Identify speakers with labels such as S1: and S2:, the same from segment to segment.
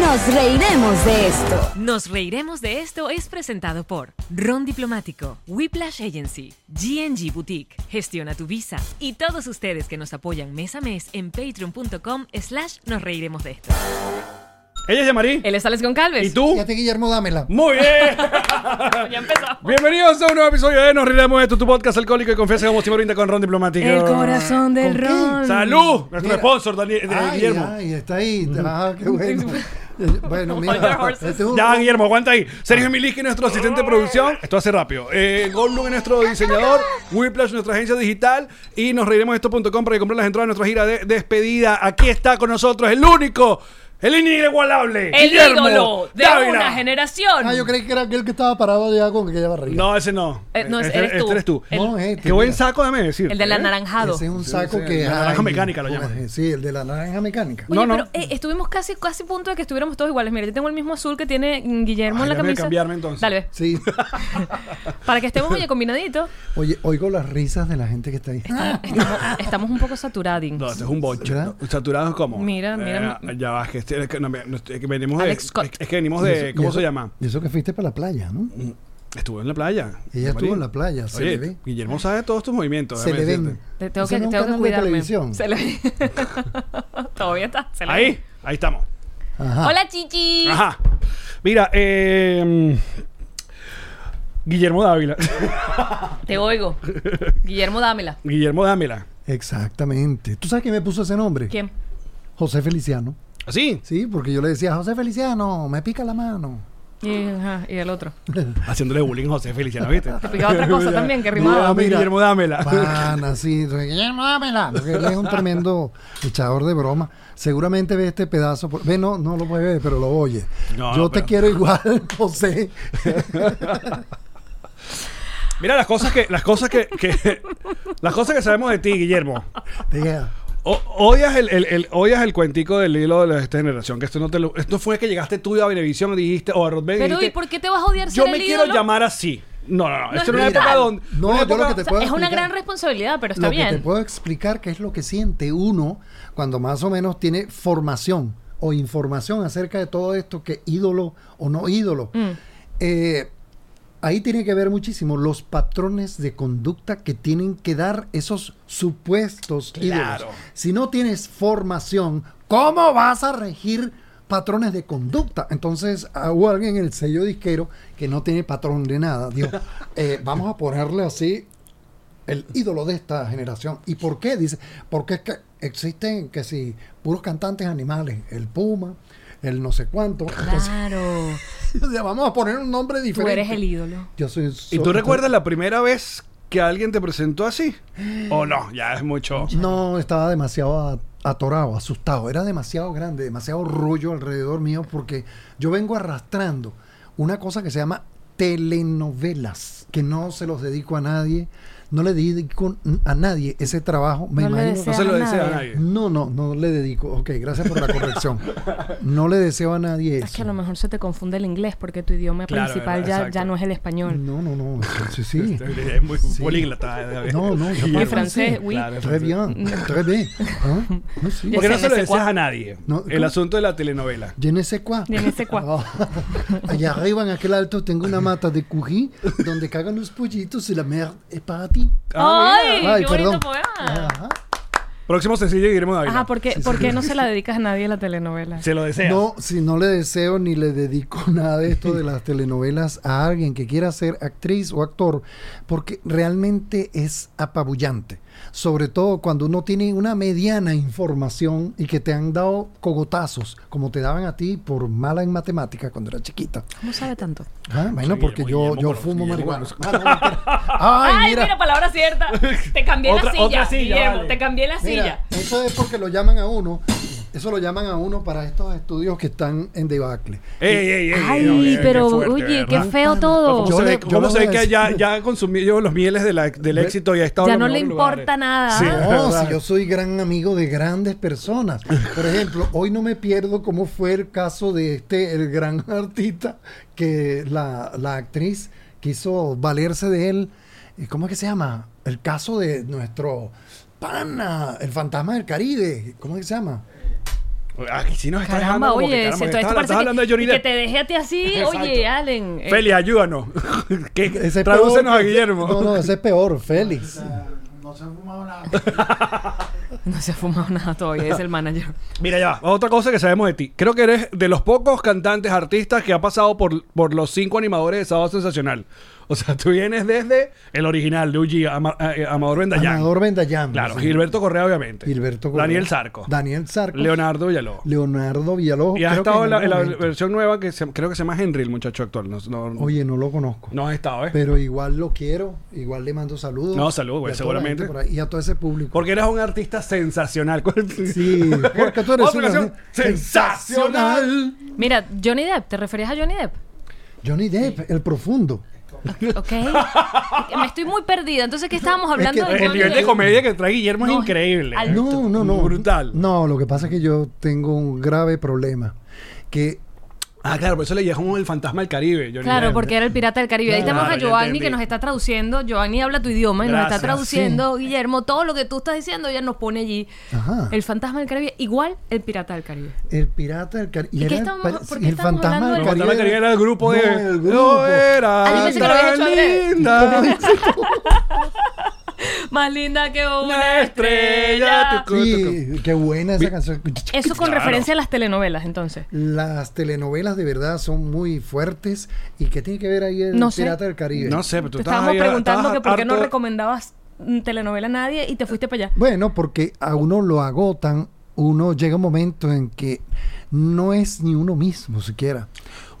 S1: Nos reiremos de esto.
S2: Nos reiremos de esto es presentado por Ron Diplomático, Whiplash Agency, GNG Boutique, Gestiona tu Visa y todos ustedes que nos apoyan mes a mes en patreon.com slash nos reiremos de esto.
S3: Ella es Yamari.
S2: Él es Alex Goncalves.
S3: ¿Y tú?
S4: Fíjate, Guillermo, dámela.
S3: Muy bien.
S2: Ya empezó.
S3: Bienvenidos a un nuevo episodio de Nos Riremos de Esto, tu podcast alcohólico y confianza como Simón Brinda con Ron Diplomático.
S2: El corazón del
S4: ¿Con qué?
S2: ron.
S3: ¡Salud! Nuestro
S4: Mira.
S3: sponsor, Daniel, de-
S4: Ay,
S3: Guillermo.
S4: ay, está ahí. Ah, qué bueno. bueno,
S2: Other
S4: mira.
S2: horses.
S4: este es un-
S3: Ya, Guillermo, aguanta ahí. Sergio Miliski, nuestro asistente de producción. Esto hace rápido. Eh, Goldblum es nuestro diseñador. Whiplash, nuestra agencia digital. Y nos reiremos de esto.com para que compren las entradas de nuestra gira de despedida. Aquí está con nosotros el único, el inigualable.
S2: El
S3: Guillermo
S2: ídolo de
S3: Dávila.
S2: una generación.
S4: Ah, yo creí que era aquel que estaba parado allá con aquella barriga.
S3: No, ese no.
S2: Eh, no,
S3: Este-
S2: eres tú.
S3: Este eres tú.
S2: El-
S4: No, este,
S3: Qué buen
S4: mira.
S3: saco, déjame decir.
S2: el del anaranjado.
S4: Ese es un saco
S3: sí,
S4: que.
S3: la naranja
S4: ay,
S3: mecánica lo
S4: pues,
S3: llaman.
S4: Sí, el de la naranja mecánica.
S2: Oye,
S3: No, no.
S2: pero eh, estuvimos casi casi a punto de que estuviéramos todos iguales. Mira, yo tengo el mismo azul que tiene Guillermo
S3: Ay,
S2: en la
S3: déjame
S2: camisa.
S3: cambiarme, entonces.
S2: Dale, ve.
S4: Sí.
S2: para que estemos oye combinaditos.
S4: Oye, oigo las risas de la gente que está ahí.
S2: Estamos, estamos un poco saturados.
S3: No, este es un bocho.
S4: ¿Verdad?
S3: ¿no? Saturados como.
S2: Mira, mira.
S3: ya vas, que, este- es que no, me- no, es que venimos de.
S2: Alex Scott.
S3: es- Es que venimos
S4: Y
S3: de.
S4: eso-
S3: ¿Cómo
S4: y eso-
S3: se llama?
S4: Y eso que fuiste para la playa, ¿no?
S3: Estuvo en la playa.
S4: Ella estuvo
S3: Marín.
S4: en la playa, se
S3: Oye,
S4: le ve.
S3: Guillermo sabe todos tus movimientos.
S4: Se le
S3: déjame
S4: ven.
S3: decirte.
S2: Te- tengo
S4: Ese
S2: que,
S4: no es un
S2: tengo que
S4: canal de
S2: cuidarme.
S4: televisión.
S2: Se le- Todavía está. se le-
S3: Ahí, ahí estamos.
S4: Ajá.
S2: Hola, Chichi.
S3: Ajá. Mira, eh. Guillermo Dávila.
S2: Te oigo. Guillermo, dámela.
S3: Guillermo Dámela.
S4: Exactamente. ¿Tú sabes quién me puso ese nombre?
S2: ¿Quién?
S4: José Feliciano.
S3: ¿Así?
S4: Sí, porque yo le decía, José Feliciano, me pica la mano.
S2: Y, ajá, y el otro.
S3: Haciéndole bullying a José Feliciano, ¿viste?
S2: Porque otra cosa también que rimaba.
S4: Mira, mira.
S3: pues, Guillermo Dámela.
S4: Pana, sí. entonces, Guillermo, dámela. Porque él es un tremendo echador de broma. Seguramente ve este pedazo. por- Ve, no, no lo puede ver, pero lo oye.
S3: No,
S4: Yo
S3: no,
S4: te
S3: pero-
S4: quiero igual, José.
S3: Mira las cosas que. Las cosas que. que- las cosas que sabemos de ti, Guillermo.
S4: Deja.
S3: O- odias, el, el- el- odias el cuentico del hilo de esta generación. Que esto no te lo- Esto fue que llegaste tú a Venevisión y dijiste. O a Rodman y
S2: Pero, ¿y
S3: dijiste,
S2: por qué te vas a odiar
S3: Yo
S2: ser
S3: me
S2: el
S3: quiero
S2: ídolo?
S3: llamar así. No, no, no.
S2: No
S3: Esto
S2: es
S3: era una
S2: verdad.
S3: época donde.
S4: No,
S3: una
S4: yo lo
S3: época-
S4: que te
S2: O sea,
S4: puedo
S2: es una
S4: explicar.
S2: gran responsabilidad, pero está
S4: Lo que te
S2: bien.
S4: puedo explicar qué es lo que siente uno cuando más o menos tiene formación o información acerca de todo esto, que ídolo o no ídolo.
S2: Mm.
S4: Eh, ahí tiene que ver muchísimo los patrones de conducta que tienen que dar esos supuestos
S3: Claro.
S4: ídolos. Si no tienes formación, ¿cómo vas a regir patrones de conducta? Entonces ah, hubo alguien en el sello disquero que no tiene patrón de nada. Dijo, eh, vamos a ponerle así el ídolo de esta generación. ¿Y por qué? Dice, porque es que existen que si puros cantantes animales, el puma, el no sé cuánto. Entonces,
S2: Claro.
S4: o sea, vamos a poner un nombre
S2: Tú
S4: diferente.
S2: eres el ídolo.
S4: Yo soy,
S3: ¿Y tú recuerdas la primera vez que alguien te presentó así? ¿O no? Ya es mucho.
S4: No, estaba demasiado a- atorado, asustado. Era demasiado grande, demasiado rollo alrededor mío porque yo vengo arrastrando una cosa que se llama telenovelas, que no se los dedico a nadie, no le dedico a nadie ese trabajo. Me
S2: No le
S4: imagino
S3: No
S2: deseas
S3: se lo
S2: a
S3: desea a
S2: nadie.
S3: nadie.
S4: No, no, no le dedico. Ok, gracias por la corrección. No le deseo a nadie eso.
S2: Es que a lo mejor se te confunde el inglés porque tu idioma
S3: Claro,
S2: principal
S3: verdad,
S2: ya,
S3: exacto. Mm,
S2: ya no es el español.
S4: No, no, no. Sí, sí.
S3: Este, Es muy
S4: Sí.
S3: políglota. eh,
S4: No, no, yo
S2: En
S4: parlo
S2: francés, oui.
S3: Claro, es
S4: Très
S3: francés.
S4: bien, très bien. ¿Ah? No, sí.
S2: Ya
S3: Porque no
S2: sé,
S3: se
S2: me
S3: lo
S2: sé
S3: deseas
S2: cuál.
S3: a nadie.
S4: No,
S3: el
S4: ¿cómo?
S3: asunto de la telenovela.
S4: Je ne sais quoi.
S2: Je ne sais quoi.
S4: Ah, allá arriba en aquel alto tengo una mata de cují donde cagan los pollitos y la mierda es para ti.
S3: Ah, mira.
S2: ¡Ay! ¡Qué bonito poema!
S4: Ajá.
S3: Próximo sencillo de Guillermo Dávila.
S2: Ajá, ¿por qué, por qué no se la dedicas a nadie la telenovela?
S3: Se lo desea.
S4: No, si no le deseo ni le dedico nada de esto de las telenovelas a alguien que quiera ser actriz o actor, porque realmente es apabullante. Sobre todo cuando uno tiene una mediana información y que te han dado cogotazos, como te daban a ti por mala en matemáticas cuando era chiquita.
S2: ¿Cómo sabe tanto?
S4: Ah, Bueno, porque
S3: Guillermo,
S4: yo, yo
S3: Guillermo,
S4: fumo
S3: Guillermo,
S4: marihuana. Ah, Ay,
S2: ¡Ay, mira,
S4: mira.
S2: palabra cierta! Te cambié
S3: Otra-
S2: la silla,
S3: otra silla,
S2: Guillermo,
S3: vale.
S2: te cambié la
S4: Mira,
S2: silla.
S4: eso es porque lo llaman a uno. Eso lo llaman a uno para estos estudios que están en debacle.
S3: Ey, ey, ey, ey,
S2: Ay,
S3: no, ey, qué
S2: pero
S3: fuerte,
S2: oye, qué
S3: ¿verdad?
S2: feo todo.
S3: ¿Cómo
S4: Yo
S3: se
S4: le-
S3: ve,
S4: yo
S3: cómo
S4: le
S3: se
S4: voy
S3: ve
S4: a
S3: que
S4: decir-
S3: ya, ya consumí yo los mieles de la- del
S4: Ve-
S3: éxito y ha estado
S2: Ya
S3: en los
S2: no le
S3: mejores lugares?
S2: importa nada.
S3: Sí,
S2: ¿ah?
S4: No,
S3: ¿verdad?
S4: si yo soy gran amigo de grandes personas. Por ejemplo, hoy no me pierdo cómo fue el caso de este, el gran artista, que la, la actriz quiso valerse de él. Eh, ¿Cómo es que se llama? El caso de nuestro pana, el fantasma del Caribe. ¿Cómo es que se llama?
S3: Aquí sí nos está
S2: Caramba,
S3: dejando como que,
S2: oye,
S3: caramba,
S2: si
S3: que
S2: esto- esto
S3: estás-
S2: parece
S3: estás hablando de
S2: que,
S3: Johnny
S2: y que
S3: Depp.
S2: te dejé a ti así,
S3: Exacto.
S2: oye, Allen. eh,
S3: Félix, ayúdanos. ¿Qué-
S4: Ese es
S3: Tradúcenos
S4: peor.
S3: a Guillermo.
S4: No, no, ese es peor, Félix.
S5: No se ha fumado nada.
S2: No se ha fumado nada todavía, es el manager.
S3: Mira, ya va. Otra cosa que sabemos de ti. Creo que eres de los pocos cantantes, artistas que ha pasado por, por los cinco animadores de Sábado Sensacional. O sea, tú vienes desde el original de UG, Ama- eh, Amador Vendallán.
S4: Amador Vendallán.
S3: Claro,
S4: sí.
S3: Gilberto Correa, obviamente.
S4: Gilberto Correa.
S3: Daniel Sarco.
S4: Daniel Sarco.
S3: Leonardo Villalobos.
S4: Leonardo Villalobos.
S3: y has
S4: creo que
S3: estado en
S4: en
S3: la,
S4: algún
S3: en la
S4: momento.
S3: versión nueva que se- creo que se llama Henry, el muchacho actual. No, no-
S4: Oye, no lo conozco.
S3: no has estado, ¿eh?
S4: Pero igual lo quiero, igual le mando saludos.
S3: No, saludos, güey,
S4: Y a toda la
S3: seguramente.
S4: gente por ahí, y a todo ese público.
S3: Porque eres un artista sensacional.
S4: Sí, porque tú eres
S3: Otra
S4: una-
S3: canción sensacional.
S2: Mira, Johnny Depp, ¿te referías a Johnny Depp?
S4: Johnny Depp, el profundo.
S2: Ok. Me estoy muy perdida. Entonces, ¿qué estábamos hablando
S4: que
S2: de
S3: El
S2: Johnny
S3: nivel de
S2: Depp?
S3: comedia que trae Guillermo es
S2: No,
S3: increíble.
S2: al-
S4: No, no, no.
S3: Brutal.
S4: No, lo que pasa es que yo tengo un grave problema. Que
S3: Ah, claro, por eso le llamamos el fantasma del Caribe. Johnny
S2: Claro,
S3: Depp.
S2: porque era el pirata del Caribe. Ahí
S3: Claro,
S2: estamos a
S3: ya
S2: Giovanni
S3: entendí.
S2: que nos está traduciendo. Giovanni habla tu idioma y nos
S3: Gracias,
S2: está traduciendo. Guillermo, todo lo que tú estás diciendo, ella nos pone allí.
S4: Ajá.
S2: El fantasma del Caribe, igual el pirata del Caribe.
S4: el pirata del Caribe.
S2: ¿Y qué
S4: era el
S2: estamos-
S4: pa-
S2: por qué
S4: y el
S2: estamos
S4: fantasma
S2: hablando
S4: del
S3: El
S2: del
S4: Caribe.
S3: fantasma del Caribe era el grupo de.
S4: No, el grupo.
S3: No era.
S2: Ah, yo pensé que lo había
S3: tan
S2: hecho Andrés.
S4: ¿Cómo
S3: linda.
S4: dice?
S2: Más linda que
S3: Una
S2: una
S3: estrella.
S2: estrella.
S3: tu- tu- tu-
S4: Sí, qué buena esa canción.
S2: Eso con
S3: Claro.
S2: referencia a las telenovelas, entonces.
S4: Las telenovelas de verdad son muy fuertes. ¿Y qué tiene que ver ahí el
S2: No sé.
S4: pirata del Caribe?
S3: No sé, pero tú
S2: Te
S3: estabas
S2: estábamos
S3: ahí,
S2: preguntando
S3: estabas
S2: que por qué no
S3: harto-
S2: recomendabas mm, telenovela a nadie y te fuiste para allá.
S4: Bueno, porque a uno lo agotan, uno llega un momento en que no es ni uno mismo siquiera.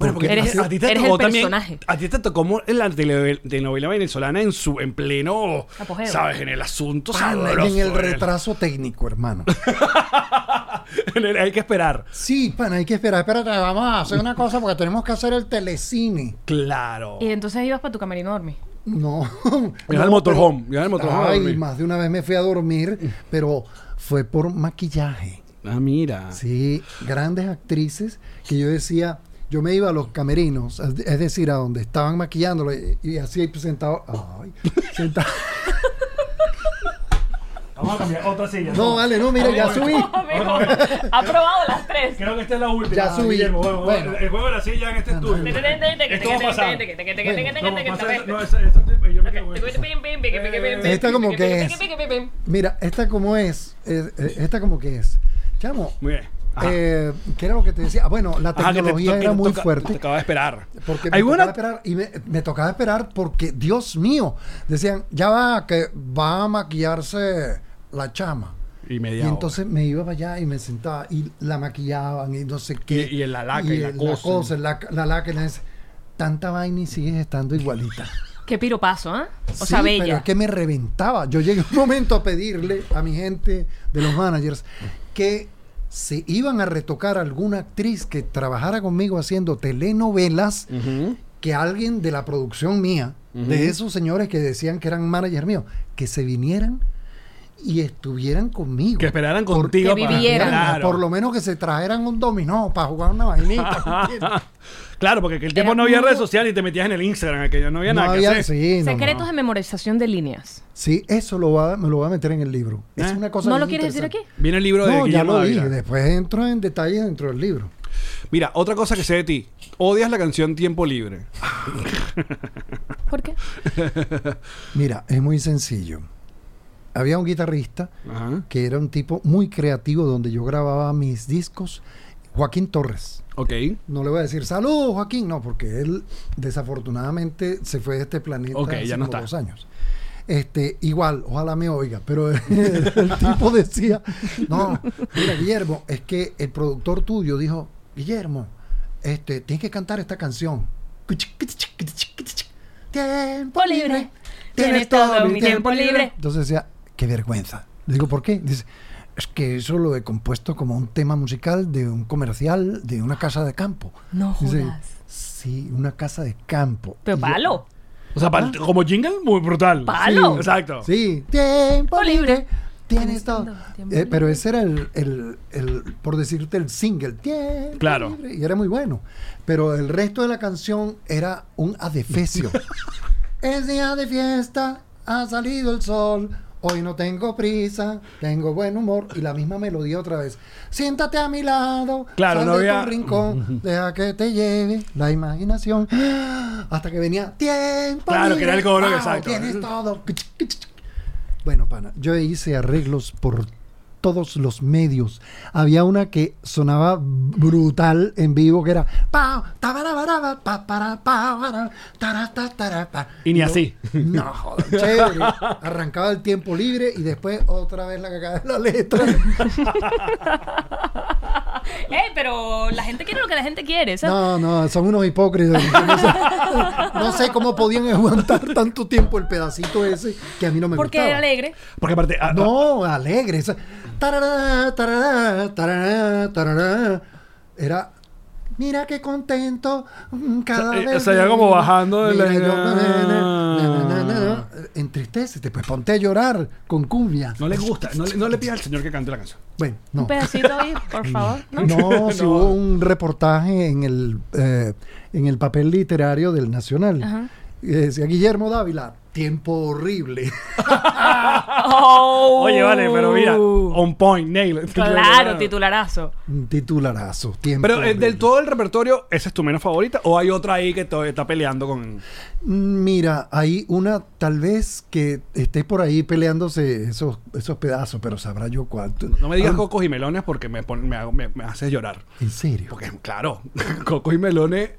S3: Bueno, porque
S2: Eres-
S3: a, a ti te
S2: eres
S3: tocó
S2: el
S3: también.
S2: personaje.
S3: A ti te tocó mo- la televel- telenovela venezolana en su en pleno,
S2: Apogeo.
S3: sabes, en el asunto
S4: Pana, y
S3: sabroso,
S4: en el
S3: en el-
S4: retraso técnico, hermano.
S3: en el- hay que esperar.
S4: Sí, pana, hay que esperar. Espérate, vamos a hacer una cosa porque tenemos que hacer el telecine.
S3: Claro.
S2: Y entonces ibas para tu camerino a dormir.
S4: No.
S3: al
S4: No,
S3: motorhome,
S4: pero-
S3: ya al motorhome a
S4: Ay,
S3: dormir.
S4: más de una vez me fui a dormir, pero fue por maquillaje.
S3: Ah, mira.
S4: Sí, grandes actrices que yo decía, yo me iba a los camerinos, es es decir, a donde estaban maquillándolo y, y así ahí sentado, ay, sentado.
S3: Vamos a cambiar otra silla.
S4: No, vale, no, mira,
S3: Ah,
S4: ya subí.
S2: ha probado las tres.
S3: Creo que esta es la última.
S4: Ya subí.
S3: Guillermo. Bueno,
S4: Bueno.
S3: El juego de la silla en este estudio. Esto va a pasar. No, pasa eso- no,
S2: Esta
S3: esa- esa- yo me quedo con esta.
S4: como que es. Mira, esta como es, eh, eh, esta como que es. Chamo,
S3: Muy bien. Ajá.
S4: eh, ¿qué era lo que te decía? Ah, Bueno, la
S3: Ajá, que te
S4: tecnología
S3: to- que
S4: era
S3: te
S4: muy
S3: toca- Te
S4: fuerte.
S3: acaba de esperar.
S4: Porque me
S3: ¿Hay
S4: tocaba,
S3: una?
S4: esperar, y me, me tocaba esperar porque, Dios mío, decían, ya va, que va a maquillarse la chama.
S3: Y media
S4: Y entonces me iba para allá y me sentaba y la maquillaban y no sé qué.
S3: Y- y en la laca, y la
S4: en
S3: cosa.
S4: la, la laca y la- Tanta vaina y sigues estando igualita.
S2: Qué piropazo, ¿eh? O
S4: Sí,
S2: sea,
S4: Pero
S2: bella.
S4: es que me reventaba. Yo llegué un momento a pedirle a mi gente de los managers que se iban a retocar alguna actriz que trabajara conmigo haciendo telenovelas
S3: Ujú.
S4: que alguien de la producción mía, de esos señores que decían que eran managers míos, que se vinieran y estuvieran conmigo.
S3: Que esperaran contigo.
S2: Que
S3: para-
S2: vivieran.
S3: Claro.
S4: Por lo menos que se trajeran un dominó para jugar una vainita.
S3: Claro, porque aquel tiempo
S2: Era
S3: no había
S2: muy-
S3: redes sociales y te metías en el Instagram, aquello no había
S4: No
S3: nada que
S4: había-
S3: hacer.
S4: sí, no, no.
S2: Secretos de memorización de líneas.
S4: Sí, eso lo va, me lo voy a meter en el libro. Es
S3: ¿Eh?
S4: una cosa
S2: ¿No lo
S4: bien
S2: quieres decir aquí?
S4: interesante.
S3: Viene el libro de
S4: No, ya
S3: Guillermo
S4: lo
S3: Dávila.
S4: dije. Después entro en detalles dentro del libro.
S3: Mira, otra cosa que sé de ti. Odias la canción Tiempo Libre.
S2: ¿Por qué?
S4: Mira, es muy sencillo. Había un guitarrista
S3: Ajá.
S4: que era un tipo muy creativo donde yo grababa mis discos, Joaquín Torres.
S3: Ok.
S4: No le voy a decir saludos, Joaquín, no, porque él desafortunadamente se fue de este planeta
S3: Ok,
S4: hace
S3: ya no
S4: como
S3: está.
S4: dos años. Este, igual, ojalá me oiga, pero el, el tipo decía, no, mira, Guillermo, es que el productor tuyo dijo, Guillermo, este, tienes que cantar esta canción. Tiempo libre,
S2: Tienes todo mi tiempo libre.
S4: entonces decía, qué vergüenza. Le digo, ¿por qué? Dice, es que eso lo he compuesto como un tema musical de un comercial de una casa de campo.
S2: No
S4: Dice,
S2: jodas.
S4: Sí, una casa de campo.
S2: Pero
S4: Y yo-
S2: palo.
S3: O sea, pal- como jingle, muy brutal.
S2: Palo.
S3: Sí, Exacto.
S4: Sí, tiempo libre. Tienes
S2: Tienes
S4: todo.
S2: todo,
S4: Eh,
S2: tiempo libre.
S4: pero ese era el, el- el- por decirte, el single. Tiempo
S3: Claro.
S4: libre, Y era muy bueno. Pero el resto de la canción era un adefesio. es día de fiesta, ha salido el sol. Hoy no tengo prisa, tengo buen humor y la misma melodía otra vez. Siéntate a mi lado,
S3: Claro,
S4: sal
S3: no
S4: de
S3: había-
S4: tu rincón, deja que te lleve la imaginación. Hasta que venía tiempo.
S3: Claro, que era el
S4: libre,
S3: coro,
S4: wow,
S3: exacto.
S4: Tienes todo. Bueno, pana, yo hice arreglos por todos los medios. Había una que sonaba brutal en vivo que era pao, tabarabaraba, pa, para, pa, para, tara, ta, tara, pa.
S3: Y ni
S4: yo,
S3: así.
S4: No, joder, chévere. Arrancaba el tiempo libre y después otra vez la cagada de la letra.
S2: Eh, pero la gente quiere lo que la gente quiere, ¿sabes?
S4: No, no, son unos hipócritas. Yo No sé, no sé cómo podían aguantar tanto tiempo el pedacito ese que a mí no me
S2: Porque
S4: gustaba.
S2: era alegre.
S3: Porque aparte. ah, ah,
S4: No, alegre. esa- tarará, tarará, tarará, tarará. Era. Mira qué contento. mm, Cada
S3: O sea, eh,
S4: vez.
S3: o sea, ya como bajando de la-
S4: Mira, yo- na, na, na, na, na, na. Entristécete, pues ponte a llorar con cumbia.
S3: no les gusta. No le, no le pida al señor que cante la canción.
S4: Bueno, no.
S2: Un pedacito ahí, por favor. ¿no?
S4: No, si
S3: No.
S4: hubo un reportaje en el, eh, en el papel literario del Nacional.
S2: Ajá.
S4: Y decía Guillermo Dávila, tiempo horrible.
S3: Oye, vale, pero mira.
S4: Oh.
S3: On point, nail. it.
S2: Oh. Claro, titularazo.
S4: Un titularazo. Tiempo
S3: Pero eh, del
S4: horrible.
S3: todo el repertorio, ¿esa es tu menos favorita? ¿O hay otra ahí que to- está peleando con.?
S4: Mira, hay una tal vez que esté por ahí peleándose esos, esos pedazos, pero sabrá yo cuánto.
S3: No me digas
S4: Ah,
S3: cocos y melones porque me, pon- me, hago- me- me haces llorar.
S4: En serio,
S3: Porque, claro, cocos y melones.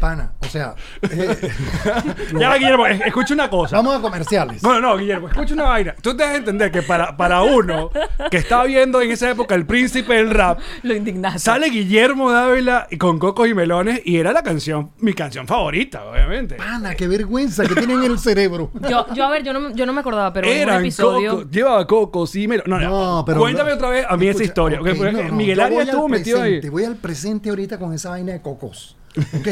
S4: pana. O sea, eh,
S3: ya, va, Guillermo, es- escucha una cosa.
S4: vamos a comerciales.
S3: Bueno, no, Guillermo, escucha una vaina. Tú te das a entender que para, para uno que estaba viendo en esa época el príncipe del rap,
S2: Lo indignaste.
S3: sale Guillermo Dávila y con cocos y melones y era la canción, mi canción favorita, obviamente.
S4: Pana, qué vergüenza que tienen en el cerebro.
S2: Yo, yo, a ver, yo no, yo no me acordaba, pero en un
S3: Eran
S2: episodio.
S3: cocos, llevaba cocos y melones. No, no,
S4: No, pero
S3: Cuéntame otra vez a mí esa
S4: Escucha,
S3: historia.
S4: ok,
S3: porque, por
S4: no,
S3: ejemplo,
S4: no,
S3: Miguel
S4: yo
S3: Ángel
S4: voy al
S3: estuvo metido ahí.
S4: presente, Voy al presente ahorita con esa vaina de cocos. ¿ok?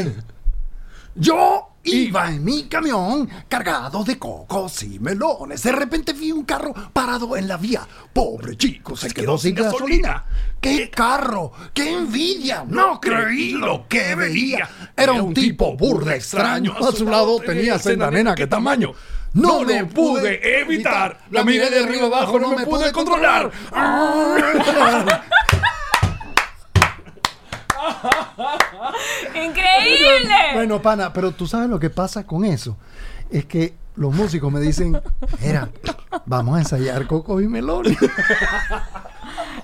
S4: Yo iba en mi camión cargado de cocos y melones. De repente vi un carro parado en la vía. Pobre chico, se quedó sin gasolina. ¡Qué carro! ¡Qué envidia! No creí lo que veía. Era un tipo burda, extraño. A su lado tenía senda nena, qué tamaño. No me pude evitar. La miré de arriba abajo, no me pude controlar.
S2: ¡Increíble!
S4: Bueno, pana, pero tú sabes lo que pasa con eso. Es que los músicos me dicen, era, vamos a ensayar cocos y melones.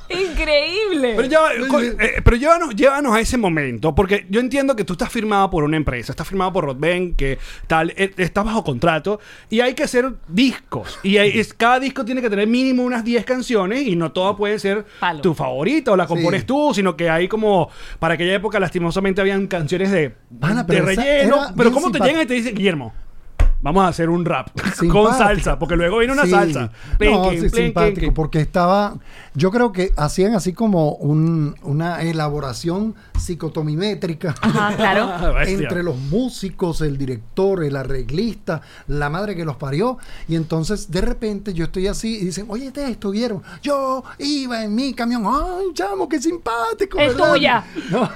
S2: ¡Increíble!
S3: Pero, ya, co- eh, pero llévanos, llévanos a ese momento, porque yo entiendo que tú estás firmado por una empresa, estás firmado por Rodben, que tal, eh, estás bajo contrato, y hay que hacer discos. Y hay- es- cada disco tiene que tener mínimo unas 10 canciones, y no todas pueden ser
S2: Palo.
S3: tu favorita o la compones
S4: Sí.
S3: tú, sino que hay como, para aquella época lastimosamente habían canciones de,
S4: Pana,
S3: de
S4: pero esa
S3: relleno,
S4: era
S3: pero
S4: bien
S3: ¿cómo te
S4: simpática.
S3: llegan y te dicen, Guillermo? Vamos a hacer un rap con
S4: Simpática.
S3: salsa, porque luego viene una
S4: Sí.
S3: salsa. Plen,
S4: no,
S3: quen,
S4: sí,
S3: plen, quen,
S4: simpático,
S3: quen.
S4: porque estaba, yo creo que hacían así como un- una elaboración psicotomimétrica.
S2: Ajá, claro.
S3: Ah, bestia.
S4: entre los músicos, el director, el arreglista, la madre que los parió. Y entonces de repente yo estoy así y dicen, oye, este te estuvieron. Yo iba en mi camión. ¡Ay, chamo, qué simpático!
S2: Es
S4: ¿verdad?".
S2: tuya.
S4: No,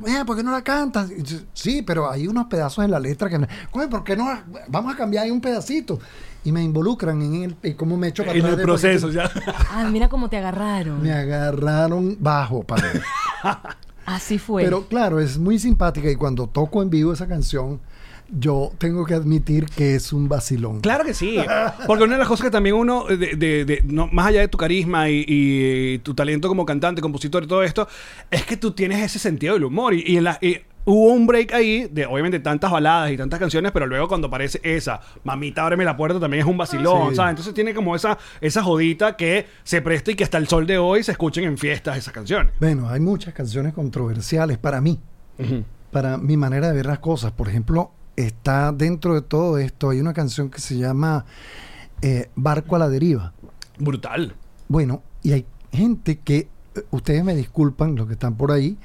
S4: "Mira, ¿Por qué no la cantas? Y yo, Sí, pero hay unos pedazos en la letra que... Coño, ¿por qué no? la- Vamos a cambiar ahí un pedacito. Y me involucran en el... y ¿Cómo me echo para
S3: En
S4: atrás
S3: el
S4: de-
S3: proceso, ya.
S2: Ah, mira cómo te agarraron.
S4: Me agarraron bajo, padre.
S2: Así fue.
S4: Pero claro, es muy simpática y cuando toco en vivo esa canción, yo tengo que admitir que es un vacilón.
S3: Claro que sí. Porque una de las cosas que también uno, eh, de, de- de- no, más allá de tu carisma y, y, eh, tu talento como cantante, compositor y todo esto, es que tú tienes ese sentido del humor. Y, y en la- y hubo un break ahí de, obviamente, tantas baladas y tantas canciones, pero luego cuando aparece esa, mamita, ábreme la puerta, también es un vacilón,
S4: Sí.
S3: ¿sabes? Entonces tiene como esa, esa jodita que se presta y que hasta el sol de hoy se escuchen en fiestas esas canciones.
S4: Bueno, hay muchas canciones controversiales para mí, para mi manera de ver las cosas. Por ejemplo, está dentro de todo esto, hay una canción que se llama eh, Barco a la deriva.
S3: Brutal.
S4: Bueno, y hay gente que, eh, ustedes me disculpan los que están por ahí,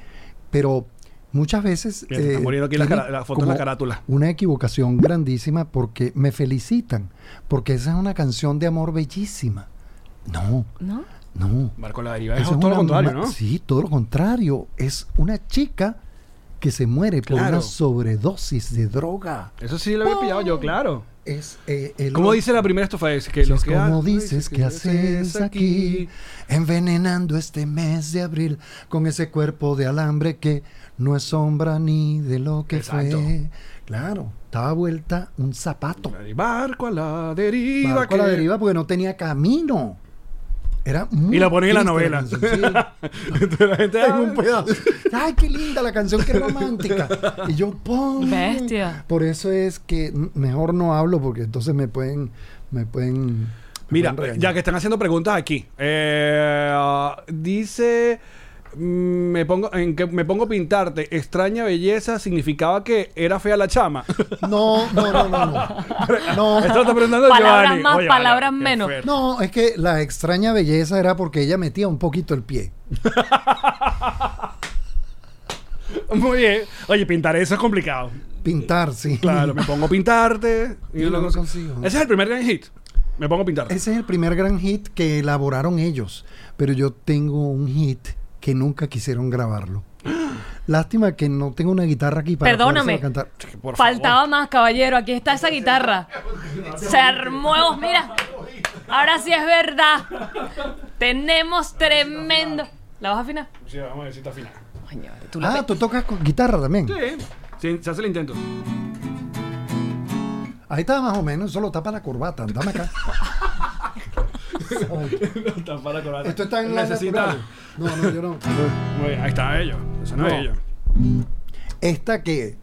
S4: pero muchas veces...
S3: Mira, te están poniendo aquí la
S4: tienen
S3: cara- la foto en la
S4: Eh, como
S3: carátula.
S4: Una equivocación grandísima porque me felicitan, porque esa es una canción de amor bellísima. No,
S2: ¿No?
S4: no.
S3: Marco la deriva.
S4: Eso
S3: Es todo lo
S4: una
S3: contrario,
S4: ma-
S3: ¿no?
S4: Sí, todo lo contrario. Es una chica que se muere por
S3: Claro.
S4: una sobredosis de droga.
S3: Eso sí lo había pillado yo, claro.
S4: Es, eh, el
S3: ¿Cómo
S4: otro-
S3: dice la primera estofa? Es que
S4: Si
S3: los
S4: es
S3: que
S4: como
S3: ha-
S4: dices que haces aquí, envenenando este mes de abril con ese cuerpo de alambre que no es sombra ni de lo que
S3: Exacto.
S4: fue. Claro, estaba vuelta un zapato.
S3: Ahí, Barco a la deriva.
S4: Barco a la
S3: que-
S4: deriva porque no tenía camino. Era muy
S3: Y la ponía en la
S4: triste
S3: novela.
S4: canción, sí.
S3: Entonces la gente,
S4: en
S3: ah,
S4: un pedazo. Ay, qué linda la canción, qué romántica. Y yo, ¡pum!
S2: Bestia.
S4: Por eso es que mm, mejor no hablo porque entonces me pueden, me pueden. me
S3: Mira,
S4: pueden regañar.
S3: ya que están haciendo preguntas aquí. Eh, dice. mm, Me pongo, en que me pongo a pintarte. Extraña belleza significaba que era fea la chama.
S4: No, no, no, no, no.
S3: Esto lo
S4: No,
S3: está preguntando
S2: Palabras
S3: Giovanni.
S2: más,
S3: Oye,
S2: palabras
S3: vale, qué
S2: menos.
S3: fuerte.
S4: no, es que la extraña belleza era porque ella metía un poquito el pie.
S3: Muy bien. Oye, pintar eso es complicado.
S4: Pintar, sí.
S3: Claro, me pongo a pintarte.
S4: Yo
S3: yo
S4: no
S3: lo
S4: lo consigo.
S3: Ese es el primer gran hit. Me pongo a pintarte.
S4: Ese es el primer gran hit que elaboraron ellos, pero yo tengo un hit que nunca quisieron grabarlo. Lástima que no tengo una guitarra aquí para
S2: Perdóname.
S4: podérsela cantar.
S3: Por favor.
S2: Faltaba más, caballero. Aquí está esa guitarra. Se armó. Mira. Ahora sí es verdad. Tenemos tremendo. ¿La vas a afinar?
S3: Sí, vamos a ver si está final.
S2: Coño, tú la
S4: Ah, tú tocas con guitarra también.
S3: Sí. Sí, se hace el intento.
S4: Ahí está más o menos, solo tapa la corbata. Dame acá.
S3: Tapar la corbata.
S4: Esto está en la
S3: Necesita.
S4: natural. No, no, yo no.
S3: Muy bien, ahí está ello. Eso no,
S4: No.
S3: es ello.
S4: Esta que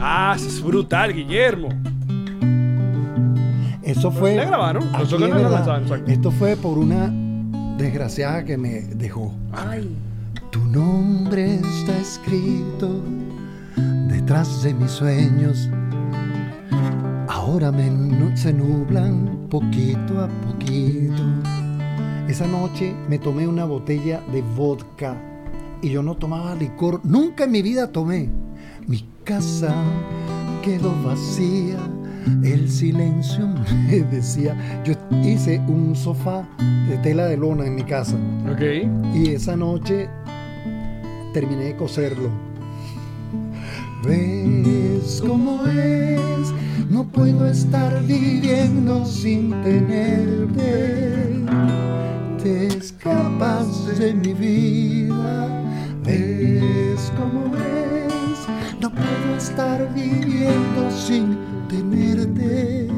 S3: Ah, eso es brutal, Guillermo.
S4: eso fue.
S3: La grabaron,
S4: Aquí
S3: nosotros no
S4: es
S3: la
S4: verdad.
S3: lanzaron, exacto.
S4: Esto fue por una desgraciada que me dejó. Tu nombre está escrito detrás de mis sueños. Ahora me nu- se nublan poquito a poquito. Esa noche me tomé una botella de vodka y yo no tomaba licor. Nunca en mi vida tomé. Mi casa quedó vacía. El silencio me decía. Yo hice un sofá de tela de lona en mi casa.
S3: Ok.
S4: Y esa noche terminé de coserlo. ¿Ves cómo es? No puedo estar viviendo sin tenerte. Te escapas de mi vida. ¿Ves cómo es? No puedo estar viviendo sin tenerte.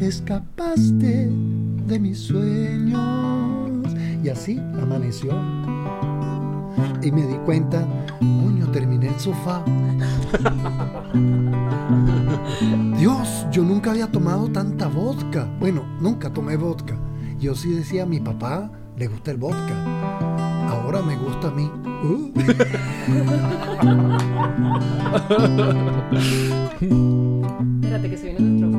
S4: Escapaste de mis sueños. Y así amaneció. Y me di cuenta, coño, terminé el sofá. Dios, yo nunca había tomado tanta vodka. Bueno, nunca tomé vodka. Yo sí decía a mi papá, le gusta el vodka. Ahora me gusta a mí. Uh.
S2: Espérate que se viene el estrofa.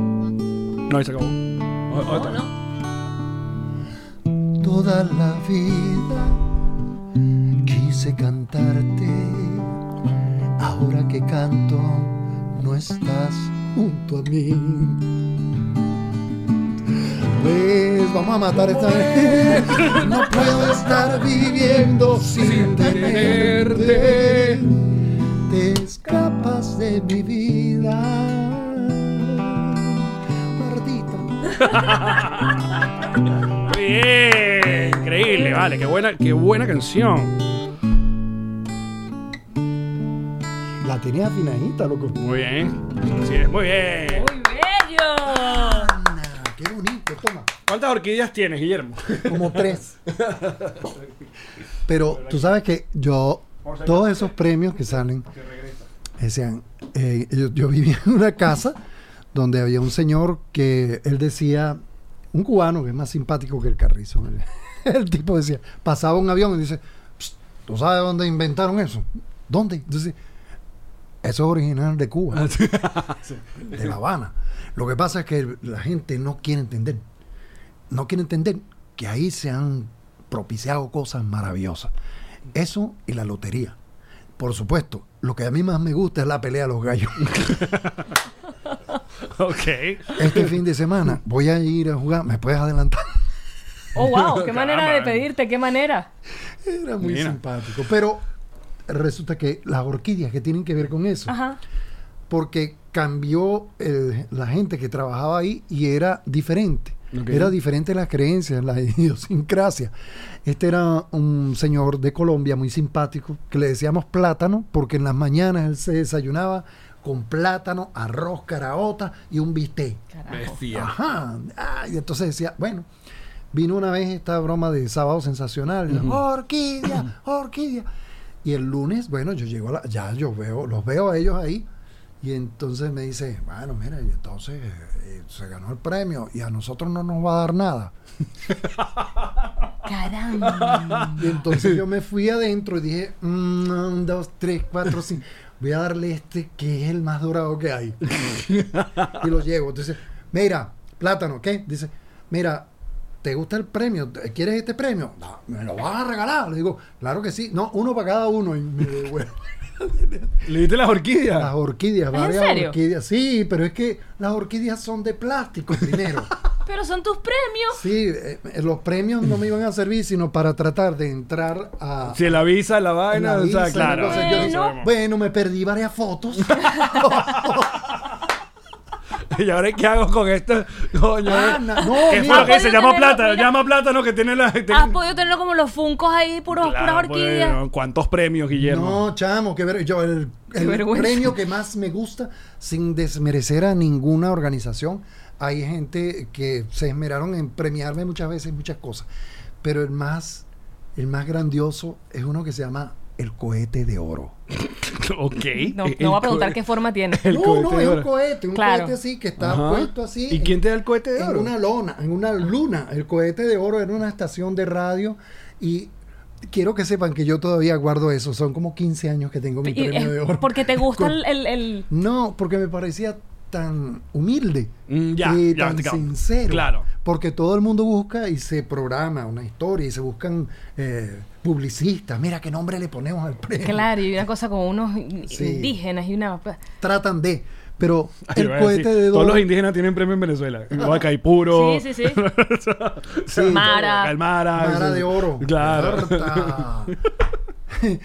S3: No, ahí se acabó. O-
S2: No,
S3: otra.
S2: no.
S4: Toda la vida quise cantarte. Ahora que canto, no estás junto a mí. Ves, Pues, vamos a matar esta vez. No puedo estar viviendo sin tenerte. Te escapas de mi vida. Mardito.
S3: Muy bien. Increíble, vale. Qué buena, qué buena canción.
S4: La tenía afinadita, loco.
S3: Muy bien. Así es, muy bien.
S2: Muy bello.
S4: Ana, qué bonito, toma.
S3: ¿Cuántas orquídeas tienes, Guillermo?
S4: Como tres. Pero tú sabes que yo, todos esos premios que salen, decían, eh, yo, yo vivía en una casa donde había un señor que él decía, un cubano que es más simpático que el carrizo. El, el tipo decía, pasaba un avión y dice, "Psst, ¿tú sabes dónde inventaron eso? ¿Dónde? Entonces, eso es original de Cuba, de La Habana. Lo que pasa es que la gente no quiere entender no quiere entender que ahí se han propiciado cosas maravillosas. Eso y la lotería. Por supuesto, lo que a mí más me gusta es la pelea de los gallos.
S3: ok.
S4: Este fin de semana voy a ir a jugar, me puedes adelantar.
S2: Oh, wow. Qué manera de
S3: Caramba.
S2: pedirte, qué manera.
S4: Era muy
S3: Mira.
S4: simpático. Pero resulta que las orquídeas que tienen que ver con eso.
S2: Ajá.
S4: porque cambió el- la gente que trabajaba ahí y era diferente.
S3: Ok.
S4: Era diferente las creencias, las idiosincrasias. Este era un señor de Colombia muy simpático que le decíamos plátano porque en las mañanas él se desayunaba con plátano, arroz, caraota y un bistec.
S3: Bestia.
S4: Ajá. Ah, y entonces decía, bueno, vino una vez esta broma de sábado sensacional, la orquídea, orquídea. Y el lunes, bueno, yo llego a la, ya yo veo, los veo a ellos ahí. Y entonces me dice, bueno, mira, y entonces eh, eh, se ganó el premio y a nosotros no nos va a dar nada.
S2: Caramba.
S4: Y entonces yo me fui adentro y dije, mm, un, dos, tres, cuatro, cinco. Voy a darle este que es el más dorado que hay. y lo llevo. Entonces, mira, plátano, ¿qué? Dice, mira, ¿te gusta el premio? ¿Quieres este premio? No, ¿Me lo vas a regalar? Le digo, claro que sí. No, uno para cada uno. Y me devuelvo.
S3: ¿Le diste las orquídeas?
S4: Las orquídeas,
S2: ¿Es en
S4: varias
S2: serio?
S4: orquídeas. Sí, pero es que las orquídeas son de plástico primero.
S2: Pero son tus premios.
S4: Sí, eh, los premios no me iban a servir sino para tratar de entrar a,
S3: Si la visa, la vaina,
S4: la
S3: o sea,
S4: visa,
S3: claro.
S4: entonces yo-
S2: Bueno.
S4: bueno. me perdí varias fotos.
S3: ¿Y ahora qué hago con esto? Coño.
S4: Ah,
S3: eh.
S4: na- no,
S3: ¿Qué fue
S4: mira,
S3: lo que
S2: Ah,
S3: se
S2: bueno,
S3: llama
S2: tenemos- Ah,
S3: plátano?
S2: mira.
S3: Llama plátano que tiene la.
S2: Has podido tenerlo como los funcos ahí, puros, puras
S3: Claro, pues,
S2: orquídeas.
S3: no, ¿Cuántos premios, Guillermo?
S4: No, chamo, qué ver- yo el, el
S2: vergüenza.
S4: premio que más me gusta, sin desmerecer a ninguna organización, hay gente que se esmeraron en premiarme muchas veces muchas cosas, pero el más el más grandioso es uno que se llama el cohete de oro.
S3: ok.
S2: No,
S3: El
S2: no voy a preguntar
S3: cohete-
S2: qué forma tiene.
S3: El
S4: no,
S3: cohete
S4: no,
S3: de
S4: es un
S3: oro.
S4: cohete, un
S2: Claro.
S4: cohete así que está
S3: Ajá.
S4: puesto así.
S3: ¿Y
S4: en-
S3: quién te da el cohete de
S4: en
S3: oro? Ah.
S4: una lona, en una luna. El cohete de oro era una estación de radio y quiero que sepan que yo todavía guardo eso. Son como 15 años que tengo mi
S3: eh,
S2: Y
S4: premio de
S2: es
S4: oro.
S2: porque te gusta
S4: Con-
S2: el, el- el-
S4: No, porque me parecía tan humilde
S3: Mm, ya,
S4: y
S3: ya,
S4: tan
S3: te cago.
S4: sincero.
S3: Claro.
S4: Porque todo el mundo busca y se programa una historia y se buscan eh, publicistas. Mira qué nombre le ponemos al premio.
S2: Claro, y una cosa con unos in-
S4: Sí.
S2: indígenas y una...
S4: Tratan de. Pero
S3: Ay,
S4: el
S3: iba a
S4: cohete
S3: decir,
S4: de
S3: Todos los
S4: oro.
S3: indígenas tienen premio en Venezuela. Guacaipuro.
S2: Sí, sí, sí.
S4: sí,
S2: Mara.
S3: El Mara.
S4: Mara
S3: sí, sí.
S4: de oro.
S3: Claro.
S4: Marta.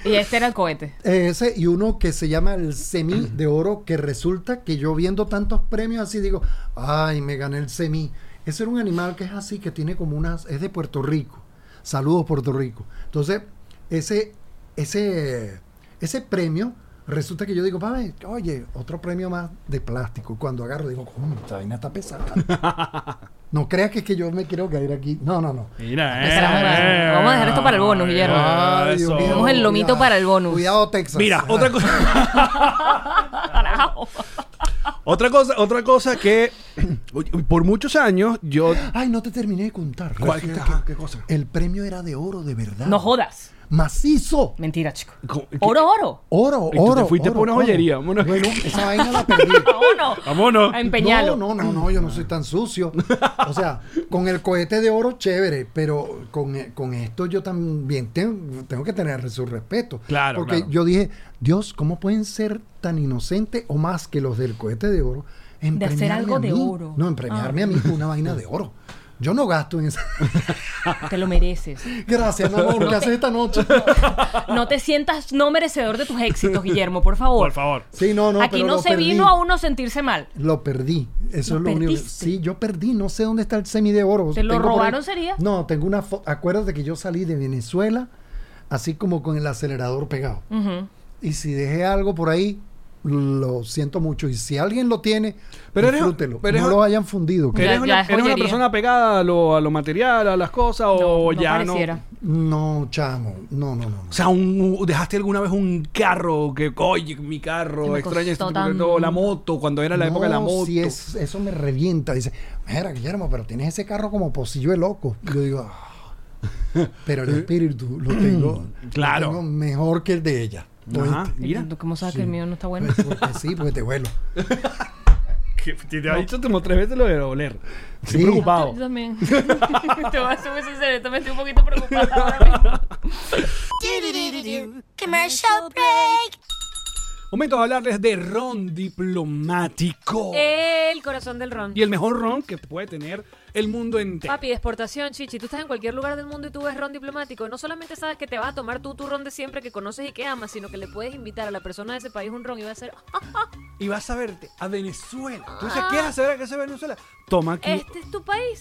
S2: Y este era el cohete.
S4: Ese y uno que se llama el semi de oro, que resulta que yo viendo tantos premios así digo, ay, me gané el semi. Ese era un animal que es así, que tiene como unas, es de Puerto Rico. Saludos Puerto Rico. Entonces, ese, ese, ese premio, resulta que yo digo, "Ay, oye, otro premio más de plástico. Cuando agarro digo, "Coño, esta vaina está pesada. no creas que es que yo me quiero caer aquí. No, no, no.
S3: Mira, eh,
S2: Empezaremos
S3: eh,
S2: a- vamos a dejar esto para el bonus,
S3: eh,
S2: Guillermo.
S4: Ay,
S3: eso.
S4: Dios mío,
S2: Tenemos el lomito
S4: cuidado.
S2: para el bonus.
S4: Cuidado, Texas.
S3: Mira,
S4: Ajá.
S3: otra cosa.
S2: Carajo.
S3: Otra cosa, otra cosa que uy, por muchos años yo.
S4: Ay, no te terminé de contar.
S3: ¿Cuál?
S4: Resulta
S3: Ajá,
S4: que
S3: ¿qué cosa?
S4: El premio era de oro de verdad.
S2: No jodas.
S4: Macizo.
S2: Mentira, chico.
S3: Co- que-
S2: Oro, oro.
S4: Oro,
S3: Y tú te
S4: oro.
S3: fuiste
S4: oro,
S3: por una
S4: oro.
S3: joyería, vámonos.
S4: Bueno, esa vaina la perdí.
S2: Vámonos.
S3: Vámonos.
S2: A empeñarlo.
S4: No, no, no, no, yo no soy tan sucio. O sea, con el cohete de oro, chévere, pero con, eh, con esto yo también tengo, tengo que tener su respeto.
S3: Claro,
S4: Porque
S3: claro.
S4: yo dije, Dios, ¿cómo pueden ser tan inocentes o más que los del cohete de oro? en
S2: De hacer
S4: premiarme
S2: algo
S4: a
S2: de
S4: mí?
S2: oro. Ah.
S4: No, en premiarme a mí con una vaina de oro. Yo no gasto en esa.
S2: Te lo mereces.
S4: Gracias, mi amor, ¿qué haces esta noche?
S2: No te sientas no merecedor de tus éxitos, Guillermo, por favor.
S3: Por favor.
S4: Sí, no, no,
S2: Aquí
S4: pero
S2: no
S4: lo
S2: se
S4: perdí.
S2: vino a uno sentirse mal.
S4: Lo perdí. Eso
S2: Lo
S4: es lo único. que-
S2: perdiste.
S4: Sí, yo perdí. No sé dónde está el semi de oro.
S2: ¿Te lo
S4: Tengo por ahí-
S2: robaron, sería?
S4: No, tengo una foto. Acuérdate que yo salí de Venezuela así como con el acelerador pegado.
S2: Ujú.
S4: Y si dejé algo por ahí, lo siento mucho. Y si alguien lo tiene,
S3: Pero eres-
S4: disfrútelo.
S3: pero
S4: no
S3: eres-
S4: lo hayan fundido. que-
S2: Ya-
S3: ¿Eres, una,
S2: es
S3: eres una
S2: joyería.
S3: persona pegada a lo, a lo material, a las cosas,
S4: Oh,
S3: o
S2: no
S3: ya
S2: pareciera.
S3: no?
S4: No, chamo. No, no, no. no.
S3: O sea, un- dejaste alguna vez un carro que, oye, mi
S2: Que
S3: carro,
S2: me
S3: extraña este
S2: costó
S3: tipo de-
S2: tanto.
S3: no, la moto, cuando era la época de la
S4: No,
S3: moto.
S4: si es- eso me revienta. Dice, mira, Guillermo, pero tienes ese carro como pocillo de loco. Yo digo, "Ah". pero el espíritu lo tengo, lo
S3: Claro.
S4: tengo mejor que el de ella.
S3: Ajá,
S4: ¿Oíste?
S3: mira.
S2: ¿Tú ¿Cómo sabes que el mío no está bueno?
S4: Pues, Porque sí, porque te vuelo.
S3: Que te te ha dicho como tres veces lo de oler. Estoy
S4: Sí.
S3: preocupado.
S2: Yo también. Te voy a ser muy sincera, yo también estoy un poquito preocupada ahora mismo.
S6: Commercial break.
S3: Momento de hablarles de ron diplomático.
S2: El corazón del ron.
S3: Y el mejor ron que puede tener el mundo entero.
S2: Papi, de exportación, chichi. Tú estás en cualquier lugar del mundo y tú ves ron diplomático. No solamente sabes que te vas a tomar tú tu ron de siempre que conoces y que amas, sino que le puedes invitar a la persona de ese país un ron y va a ser. "Ah,
S3: Y vas a verte a Venezuela. Tú dices, ¿quieres saber a qué se Venezuela? Toma aquí.
S2: Este es tu país.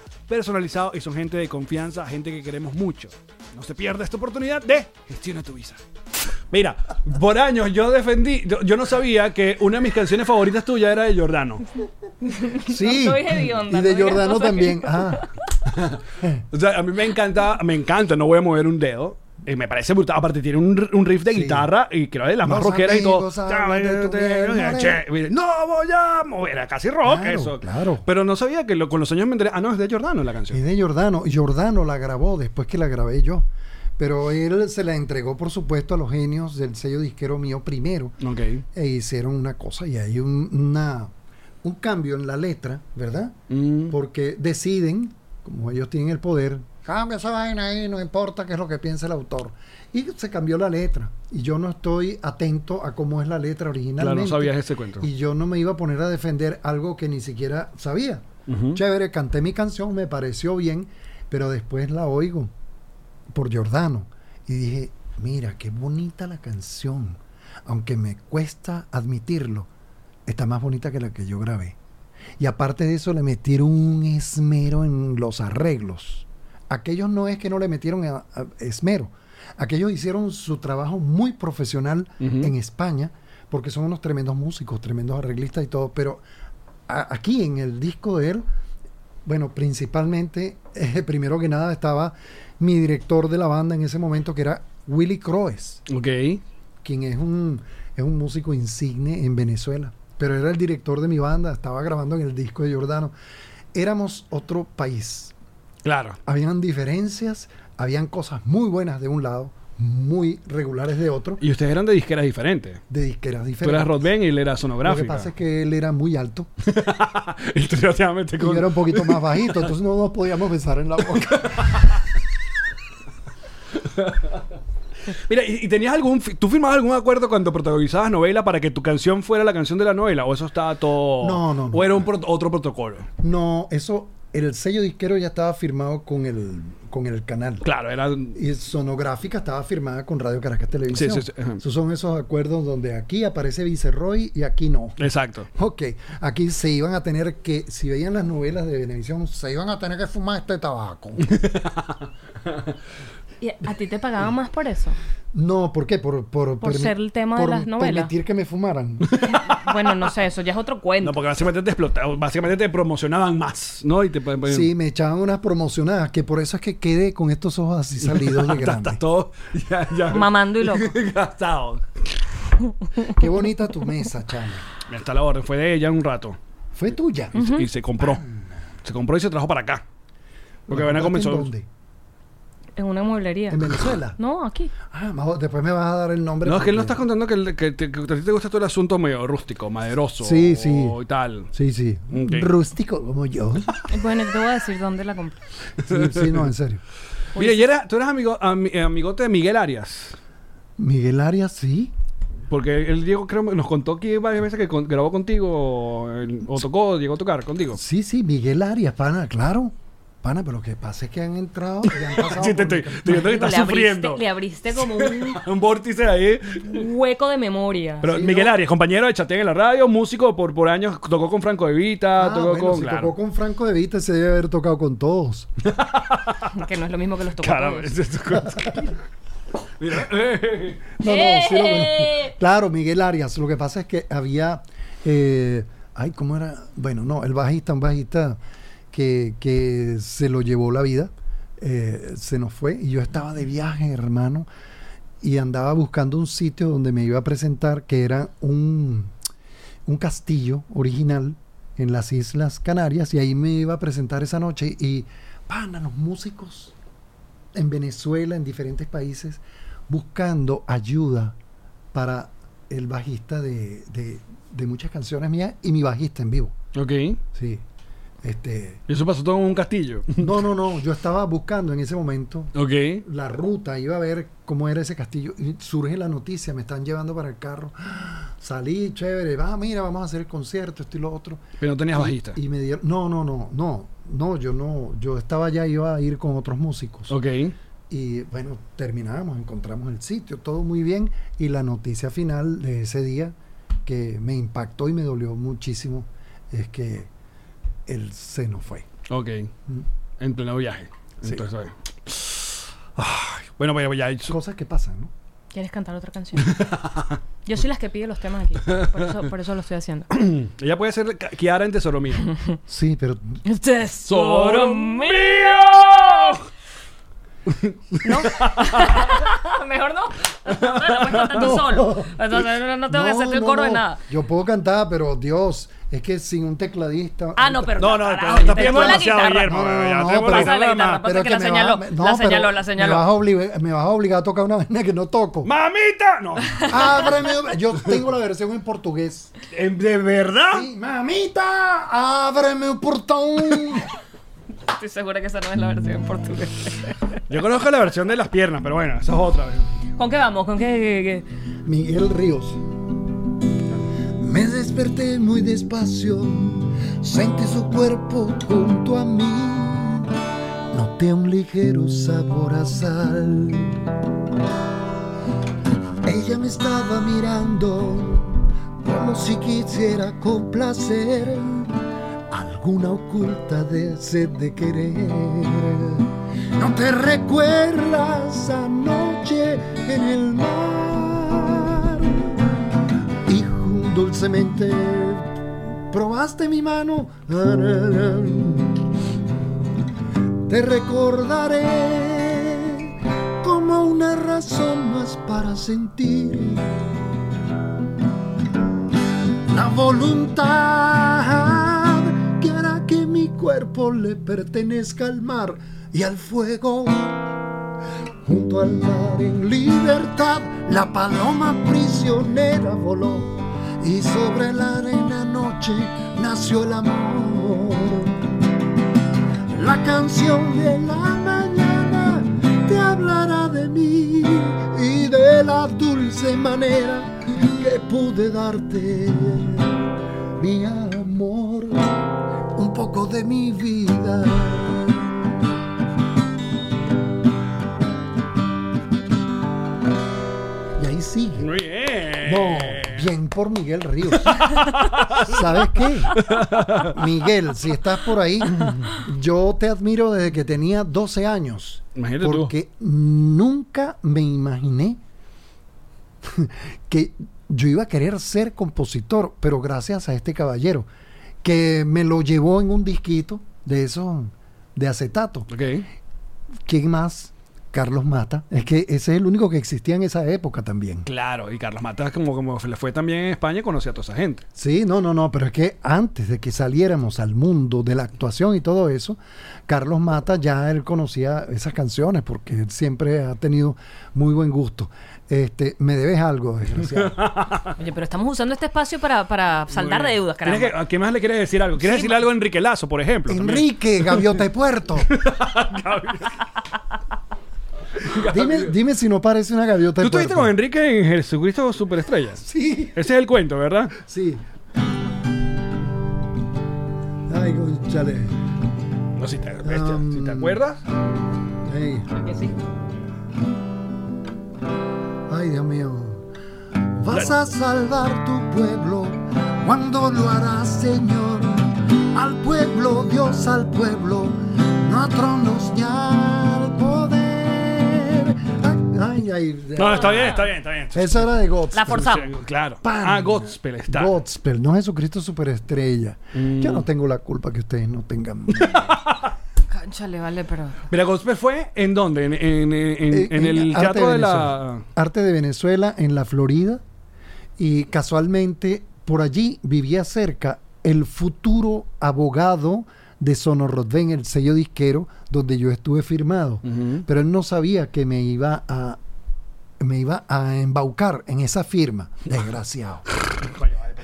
S3: personalizado y son gente de confianza, gente que queremos mucho. No se pierda esta oportunidad de gestiona tu visa. Mira, por años yo defendí, yo, yo no sabía que una de mis canciones favoritas tuya era de Jordano.
S4: Sí.
S2: No soy hedionda,
S4: y de
S2: no digas
S4: Jordano
S2: cosas que-
S4: también. Ah,
S3: O sea, a mí me encanta, me encanta, no voy a mover un dedo. Y me parece brutal. Aparte, tiene un, un riff de
S4: Sí.
S3: guitarra y creo de las más
S4: Los
S3: rockeras y todo.
S4: amigos hablan de tu bien,
S3: Che, mira, No voy a mover, era casi rock
S4: Claro,
S3: eso.
S4: claro.
S3: Pero no sabía que lo- con los años me enteré. Ah, no, es de Jordano la canción.
S4: y de Jordano. Jordano la grabó después que la grabé yo. Pero él se la entregó, por supuesto, a los genios del sello disquero mío primero.
S3: Ok.
S4: E hicieron una cosa y hay un, una- un cambio en la letra, ¿verdad?
S3: Mm.
S4: Porque deciden, como ellos tienen el poder, cambia esa vaina ahí, no importa qué es lo que piensa el autor. Y se cambió la letra. Y yo no estoy atento a cómo es la letra originalmente.
S3: sabías ese cuento.
S4: Y yo no me iba a poner a defender algo que ni siquiera sabía. Chévere, canté mi canción, me pareció bien, pero después la oigo por Giordano y dije, mira, qué bonita la canción. Aunque me cuesta admitirlo, está más bonita que la que yo grabé. Y aparte de eso, le metieron un esmero en los arreglos. Aquellos no es que no le metieron a- a- esmero. Aquellos hicieron su trabajo muy profesional
S3: Ujú.
S4: en España, porque son unos tremendos músicos, tremendos arreglistas y todo. Pero a- aquí en el disco de él, bueno, principalmente, eh, primero que nada, estaba mi director de la banda en ese momento, que era Willy Croes,
S3: Ok.
S4: quien es un, es un músico insigne en Venezuela. Pero era el director de mi banda, estaba grabando en el disco de Jordano. Éramos otro país.
S3: Claro.
S4: Habían diferencias, habían cosas muy buenas de un lado, muy regulares de otro,
S3: Y ustedes eran de disqueras diferentes.
S4: de disqueras
S3: Tú eras
S4: diferentes.
S3: Rod Bend y él era
S4: Lo
S3: sonográfico.
S4: que pasa es que él era muy alto
S3: y tú relativamente
S4: y yo
S3: con-
S4: era un poquito más bajito, entonces no nos podíamos besar en la boca.
S3: Mira, ¿y, y tenías algún... fi- ¿Tú firmabas algún acuerdo cuando protagonizabas novela para que tu canción fuera la canción de la novela? ¿O eso estaba todo...?
S4: No, no, no.
S3: ¿O era un pro- otro protocolo?
S4: No, eso, el sello disquero ya estaba firmado con el, con el canal.
S3: Claro, era...
S4: Y sonográfica estaba firmada con Radio Caracas Televisión.
S3: Sí, sí, sí, ajá.
S4: Esos son esos acuerdos donde aquí aparece Viceroy y aquí no.
S3: Exacto.
S4: Ok, aquí se iban a tener que, si veían las novelas de Venevisión, se iban a tener que fumar este tabaco.
S7: ¿Y a ti te pagaban más por eso?
S4: No, ¿por qué? Por, por,
S7: Por ser el tema de
S4: por
S7: las novelas.
S4: permitir que me fumaran.
S7: Bueno, no sé, eso ya es otro cuento.
S3: No, porque básicamente te explotaban, básicamente te promocionaban más, ¿no? Y te ponían-
S4: sí, me echaban unas promocionadas, que por eso es que quedé con estos ojos así salidos de
S3: Estás- estás
S4: grande.
S3: todo ya, ya-
S7: Mamando y loco.
S3: gastado.
S4: Qué bonita tu mesa, chama.
S3: Está la orden, fue de ella un rato.
S4: Fue tuya.
S3: Y- Y se compró. Se compró y se trajo para acá. Porque
S4: ¿La
S3: van a
S4: compraste
S3: comenzar.
S4: ¿En dónde?
S7: En una mueblería.
S4: ¿En Venezuela?
S7: No, aquí.
S4: Ah, más- después me vas a dar el nombre.
S3: No, es que él no
S4: porque-
S3: estás contando que, el- que te, que a ti te gusta todo el asunto medio rústico, maderoso.
S4: Sí, sí.
S3: Y tal.
S4: Sí, sí.
S3: Ok.
S4: Rústico como yo.
S7: Bueno, te voy a decir dónde la compré.
S4: Sí, sí, no, en serio.
S7: Pues
S3: Mira, y era- tú eras amigo, ami- eh, amigote de Miguel Arias.
S4: Miguel Arias, sí.
S3: Porque el Diego creo, nos contó que varias veces que con- grabó contigo el- o tocó, llegó a tocar contigo.
S4: Sí, sí, Miguel Arias, pana, claro. Pana, pero lo que pasa es que han entrado y han pasado.
S3: Sí, te
S4: por
S3: estoy,
S4: mi ca-
S3: te- te- te- estás
S7: le, abriste,
S3: sufriendo.
S7: le abriste como un
S3: Un vórtice ahí.
S7: hueco de memoria.
S3: Pero Miguel Arias, compañero de Chatea en la radio, músico por, por años, tocó con Franco Evita,
S4: Ah,
S3: tocó
S4: bueno,
S3: con.
S4: si
S3: claro.
S4: tocó con Franco de Vita, se debe haber tocado con todos.
S7: que no es lo mismo que los tocó.
S3: Cara,
S7: todos.
S3: ese tocó- Mira, eh,
S4: No, no, sí lo conozco.
S7: ¡Eh!
S4: Claro, Miguel Arias. Lo que pasa es que había. eh, ay, ¿cómo era? Bueno, no, el bajista, un bajista que, que se lo llevó la vida. eh, se nos fue. Y yo estaba de viaje, hermano. Y andaba buscando un sitio donde me iba a presentar, que era un, un castillo original en las Islas Canarias. Y ahí me iba a presentar esa noche. Y, pana, los músicos en Venezuela, en diferentes países, buscando ayuda para el bajista de, de- de muchas canciones mías y mi bajista en vivo.
S3: ok. Y
S4: Sí. Este,
S3: eso pasó todo en un castillo.
S4: no, no, no. Yo estaba buscando en ese momento
S3: Ok.
S4: la ruta, iba a ver cómo era ese castillo. Y surge la noticia, me están llevando para el carro. Salí, chévere, va, mira, vamos a hacer el concierto, esto y lo otro.
S3: Pero no tenías bajista.
S4: Y me dieron, no, no, no, no, no, yo no, yo estaba allá, iba a ir con otros músicos.
S3: Ok.
S4: Y bueno, terminamos, encontramos el sitio, todo muy bien. Y la noticia final de ese día que me impactó y me dolió muchísimo es que él se nos fue.
S3: Ok. En pleno viaje.
S4: Sí.
S3: Entonces, bueno. Ay, bueno, bueno, ya. eso-
S4: Cosas que pasan, ¿no?
S7: ¿Quieres cantar otra canción? Yo soy las que pide los temas aquí. Por eso, por eso lo estoy haciendo.
S3: Ella puede ser Ki- Kiara en Tesoro Mío.
S4: Sí, pero
S7: ¡Tesoro mío! ¿No? Mejor no. Bueno, pues cantar tú solo. Entonces, no, no te voy a hacer el
S4: no,
S7: coro de
S4: no.
S7: nada.
S4: Yo puedo cantar, pero Dios, es que sin un tecladista.
S7: Ah, no, pero.
S3: No, no,
S7: carajo,
S3: está- está
S7: intentó
S3: pidiendo
S7: la
S3: demasiado,
S7: guitarra.
S3: Guillermo.
S4: No, no,
S3: ya
S4: no,
S3: tenemos
S4: pero-
S3: la
S7: Pásale,
S3: programa.
S7: guitarra, Pasa que la
S4: me
S7: señaló,
S4: vas a-
S7: la señaló,
S4: pero
S7: la señaló.
S4: Me vas, a obligar, me vas a obligar a tocar una vaina que no toco.
S3: ¡Mamita! No.
S4: Ábreme, yo tengo la versión en portugués.
S3: ¿En- ¿De
S7: Ah.
S3: verdad?
S4: Sí, mamita, ábreme un portón.
S7: Estoy segura que esa no es la versión en portugués.
S3: Yo conozco la versión de las piernas, pero bueno, esa es otra.
S7: ¿Con qué vamos? ¿Con qué? qué- qué?
S4: Miguel Ríos. Me desperté muy despacio, sentí su cuerpo junto a mí, noté un ligero sabor a sal. Ella me estaba mirando como si quisiera complacer alguna oculta de sed de querer. No te recuerdas anoche en el mar. Hijo, dulcemente probaste mi mano. Te recordaré como una razón más para sentir la voluntad que hará que mi cuerpo le pertenezca al mar y al fuego. Junto al mar en libertad, la paloma prisionera voló y sobre la arena noche nació el amor. La canción de la mañana te hablará de mí y de la dulce manera que pude darte mi amor, un poco de mi vida. Y ahí sigue.
S3: Muy bien.
S4: No, bien por Miguel Ríos. ¿Sabes qué? Miguel, si estás por ahí, yo te admiro desde que tenía 12 años.
S3: Imagínate tú.
S4: porque nunca me imaginé que yo iba a querer ser compositor, pero gracias a este caballero, que me lo llevó en un disquito de esos de acetato.
S3: Ok.
S4: ¿Quién más? Carlos Mata. Es que ese es el único que existía en esa época también.
S3: Claro, y Carlos Matas, como, como le fue también en España, y conoció a toda esa gente.
S4: Sí, no, no, no, pero es que antes de que saliéramos al mundo de la actuación y todo eso, Carlos Mata ya él conocía esas canciones porque él siempre ha tenido muy buen gusto. Este, me debes algo, desgraciado.
S7: Oye, pero estamos usando este espacio para, para saldar deudas,
S3: ¿Tienes
S7: caramba.
S3: que- ¿A quién más le quieres decir algo? ¿Quieres decirle algo a Enrique Lazo, por ejemplo? también?
S4: Enrique, Gaviota de Puerto. dime, dime si no parece una gaviota
S3: ¿Tú
S4: de Puerto.
S3: estuviste con Enrique en Jesucristo Superestrellas?
S4: Sí,
S3: Ese es el cuento, ¿verdad?
S4: sí. Ay, conchale.
S3: No, si te, bestia,
S4: Um,
S3: si te acuerdas.
S4: Ey.
S7: Que sí.
S4: Ay, Dios mío. Vas a salvar tu pueblo cuando lo harás, Señor. Al pueblo, Dios, al pueblo, no a tronos ni al poder. Ay, ay, ay.
S3: No, está bien, está bien, está bien.
S4: Esa era de Godspell.
S2: La forzamos.
S3: Claro.
S4: eh, Pan.
S3: Ah, Godspell está.
S4: Godspell, no Jesucristo superestrella. Yo no tengo la culpa que ustedes no tengan.
S7: Cónchale, vale, pero.
S3: Mira, Godspell fue en dónde? En, en- en-
S4: Eh,
S3: en el
S4: Arte
S3: teatro de la.
S4: Venezuela. Arte de Venezuela en la Florida. Y casualmente por allí vivía cerca el futuro abogado de Sonorrodén, el sello disquero donde yo estuve firmado.
S3: Ujú.
S4: Pero él no sabía que me iba a me iba a embaucar en esa firma. Desgraciado.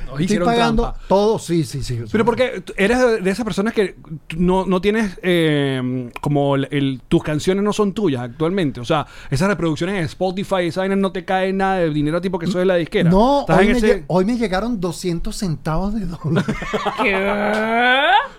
S3: Nos
S4: Estoy
S3: hicieron
S4: pagando
S3: trampa.
S4: todo, sí, sí, sí.
S3: Pero porque tú eres de- de esas personas que tú no, no tienes eh, como el, el- tus canciones no son tuyas actualmente. O sea, esas reproducciones en Spotify, esa vaina no te cae nada de dinero a ti porque soy de la disquera.
S4: No,
S3: Estás
S4: hoy
S3: en
S4: me,
S3: ese-
S4: lle- Oh. hoy me llegaron 200 centavos de dólar.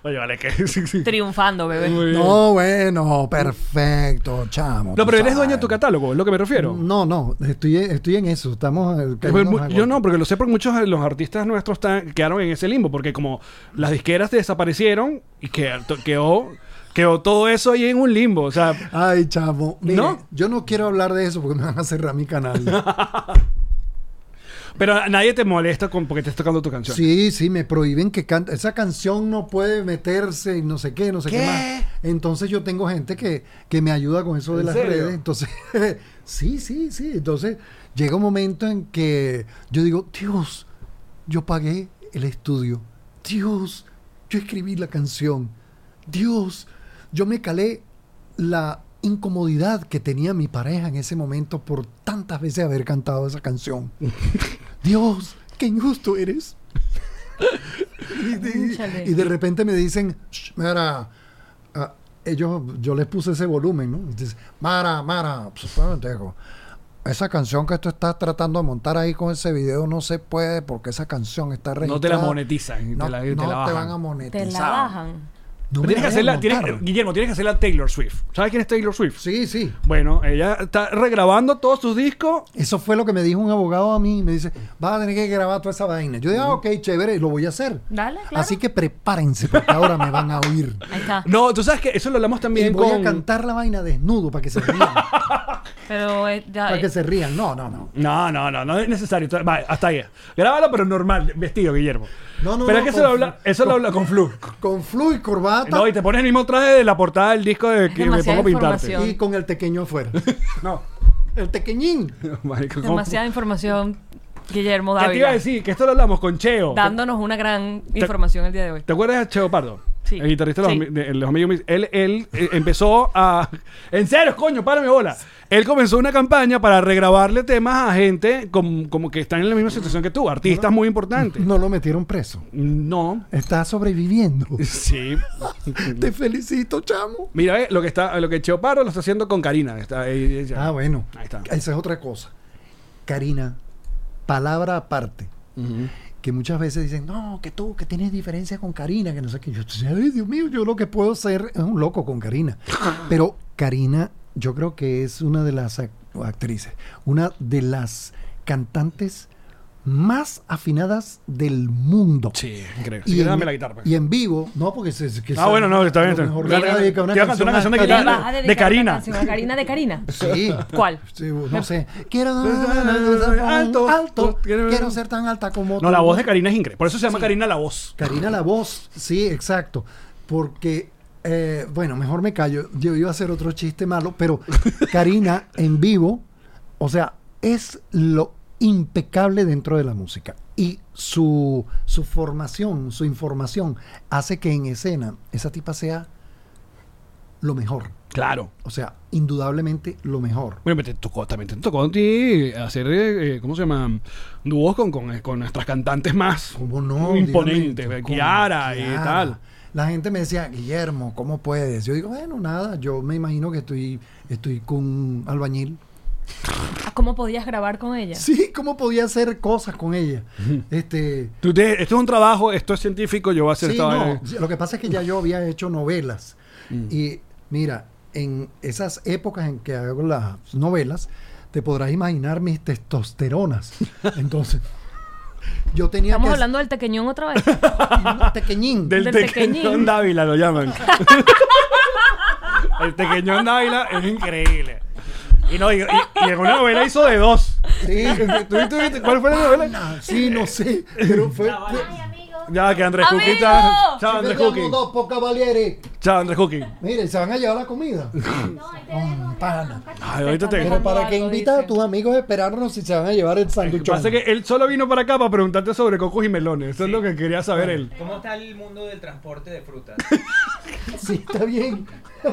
S3: Oye, vale, que sí, sí.
S7: Triunfando, bebé.
S3: Muy bien. No,
S4: No, bueno, perfecto, chamo. tú
S3: pero eres dueño de
S4: sabes.
S3: tu catálogo, es lo que me refiero.
S4: No, no, estoy, estoy en eso. Estamos. eh,
S3: Pues,
S4: cayéndonos
S3: mu-
S4: a
S3: yo
S4: golpe.
S3: no, porque lo sé porque muchos de los artistas nuestros están- quedaron en ese limbo, porque como las disqueras desaparecieron y que- quedó, quedó todo eso ahí en un limbo. O sea,
S4: Ay, chavo.
S3: ¿No?
S4: ¿No? Yo no quiero hablar de eso porque me van a cerrar mi canal.
S3: pero a nadie te molesta con, porque estés tocando tu canción.
S4: sí, sí, me prohíben que cante. Esa canción no puede meterse y no sé qué, no sé qué,
S3: ¿Qué?
S4: más. Entonces yo tengo gente que, que me ayuda con eso de
S3: ¿En
S4: las
S3: serio?
S4: redes. Entonces, sí, sí, sí. Entonces llega un momento en que yo digo, Dios, yo pagué el estudio. Dios, yo escribí la canción. Dios, yo me calé la incomodidad que tenía mi pareja en ese momento por tantas veces haber cantado esa canción. Dios, qué injusto eres. y, de,
S7: Cónchale.
S4: y de repente me dicen, "Shh, Mara, ah, ellos, yo les puse ese volumen, ¿no? Dice, Mara, Mara, pues, bueno, te digo, esa canción que tú estás tratando de montar ahí con ese video no se puede porque esa canción está
S3: No te la
S4: registrada.
S3: monetizan,
S4: No,
S3: te la, te
S4: no
S3: la bajan.
S4: van a
S7: Te
S4: monetizar.
S7: la bajan.
S3: Pero
S4: No me
S3: tienes que
S4: la
S3: hacerla,
S4: vayan a
S3: tienes-
S4: montar.
S3: Guillermo, tienes que hacerla Taylor Swift. ¿Sabes quién es Taylor Swift?
S4: Sí, sí.
S3: Bueno, ella está regrabando todos sus discos.
S4: Eso fue lo que me dijo un abogado a mí. Me dice, vas a tener que grabar toda esa vaina. Yo digo, ah, ok, chévere, y lo voy a hacer.
S7: Dale, claro.
S4: Así que prepárense, porque ahora me van a oír.
S7: Ahí está.
S3: No, tú sabes que eso lo hablamos
S4: Y
S3: también
S4: voy
S3: con.
S4: a cantar la vaina desnudo para que se rían.
S7: Pero eh, ya.
S4: para que
S7: eh,
S4: se rían. No, no, no.
S3: No, no, no, no es necesario. Tú- Vale, hasta ahí. Grábalo, pero normal, vestido, Guillermo.
S4: No, no,
S3: Pero es
S4: no,
S3: que eso
S4: con
S3: lo habla,
S4: flu-
S3: eso lo
S4: con-
S3: habla con flu.
S4: Con flu y corbata
S3: No, y te pones el mismo traje de la portada del disco de que me
S7: demasiada
S3: pongo a pintarte.
S7: información.
S4: y con el tequeño afuera.
S3: No.
S4: El tequeñín.
S3: Marico, ¿cómo-
S7: Demasiada información, Guillermo
S3: ¿Qué te iba
S7: Dávila.
S3: a decir? Que esto lo hablamos con Cheo.
S7: Dándonos una gran información el día de hoy.
S3: ¿Te acuerdas de Cheo Pardo?
S7: Sí.
S3: El guitarrista de los
S7: Sí.
S3: ami- de los amigos. Mis. Él, él eh, empezó a. En serio, coño, párame bola. Él comenzó una campaña para regrabarle temas a gente com- como que están en la misma situación que tú, artistas muy importantes.
S4: No lo metieron preso.
S3: No.
S4: Está sobreviviendo.
S3: Sí.
S4: Te felicito, chamo.
S3: Mira, eh, lo que está, lo que Cheo Pardo lo está haciendo con Karina. Está ahí, ella.
S4: Ah, bueno.
S3: Ahí está.
S4: Esa es otra cosa. Karina, palabra aparte.
S3: Ujú.
S4: que muchas veces dicen, no, que tú, que tienes diferencia con Karina, que no sé qué. Yo, ay, Dios mío, yo lo que puedo ser es un loco con Karina. Pero Karina, yo creo que es una de las ac- actrices, una de las cantantes más afinadas del mundo.
S3: Sí, increíble.
S4: Y
S3: Sí,
S4: en,
S3: dame la guitarra. pues.
S4: y en vivo, no, porque se, se- que
S3: Ah,
S4: se-
S3: bueno, no, está bien, está
S4: lo
S3: bien.
S4: mejor
S3: Ya,
S4: le
S3: ya,
S4: dedica
S3: te iba a cantar una canción de
S4: a
S3: guitarra.
S7: Le vas a dedicar una
S3: Karina.
S7: canción a Karina de Karina.
S4: Sí.
S7: ¿Cuál?
S4: Sí, no sé. Quiero
S3: Alto.
S4: alto, alto.
S3: Quiero-
S4: Quiero ser tan alta como
S3: No,
S4: tú.
S3: la voz de Karina es increíble. Por eso se llama Karina la voz.
S4: Karina la voz, sí, exacto. Porque, eh, bueno, mejor me callo. Yo iba a hacer otro chiste malo, pero Karina en vivo, o sea, es lo impecable dentro de la música. Y su, su formación, su información, hace que en escena esa tipa sea lo mejor.
S3: Claro.
S4: O sea, indudablemente lo mejor.
S3: Bueno, pero te tocó, también te tocó a ti hacer, eh, ¿cómo se llama? Dúos con, con, eh, con nuestras cantantes más.
S4: ¿Cómo no?
S3: Imponentes,
S4: Dígame, ¿cómo?
S3: Kiara y
S4: Kiara.
S3: tal.
S4: La gente me decía, Guillermo, ¿cómo puedes? Yo digo, bueno, nada, yo me imagino que estoy, estoy con un albañil.
S7: ¿Cómo podías grabar con ella?
S4: Sí, ¿cómo podía hacer cosas con ella? Este,
S3: Tú te- esto es un trabajo, esto es científico, yo voy a hacer
S4: sí,
S3: esta
S4: no,
S3: vaina. Mm.
S4: lo que pasa es que ya yo había hecho novelas. Y mira, en esas épocas en que hago las novelas, te podrás imaginar mis testosteronas. Entonces, yo tenía
S7: Estamos
S4: que-
S7: hablando del tequeñón otra vez.
S4: tequeñín.
S3: Del,
S7: Del
S3: tequeñón
S7: tequeñín.
S3: Dávila lo llaman. el tequeñón Dávila es increíble. Y, no, y, y- y en una novela hizo de dos.
S4: Sí,
S3: ¿Tú viste cuál fue la novela?
S4: Ah, Sí, no sé, pero fue... fue-
S3: Ya, que Andrés
S7: ¡Amigo!
S3: Cookie. Chao,
S4: Si
S3: chao,
S4: me
S3: Andrés
S4: llamo
S3: Cookie.
S4: dos por cavaliere.
S3: Chao, Andrés Cookie.
S4: Mire, se van a llevar la comida. Mm, pana.
S3: Ay, ahorita te.
S4: Pero para
S7: algo,
S4: qué invitas a
S7: dice.
S4: tus amigos a esperarnos si se van a llevar el
S3: Lo que
S4: sándwich.
S3: pasa es que él solo vino para acá para preguntarte sobre cocos y melones. Eso es lo que quería saber él.
S8: ¿Cómo está el mundo del transporte de frutas?
S4: Sí, está bien.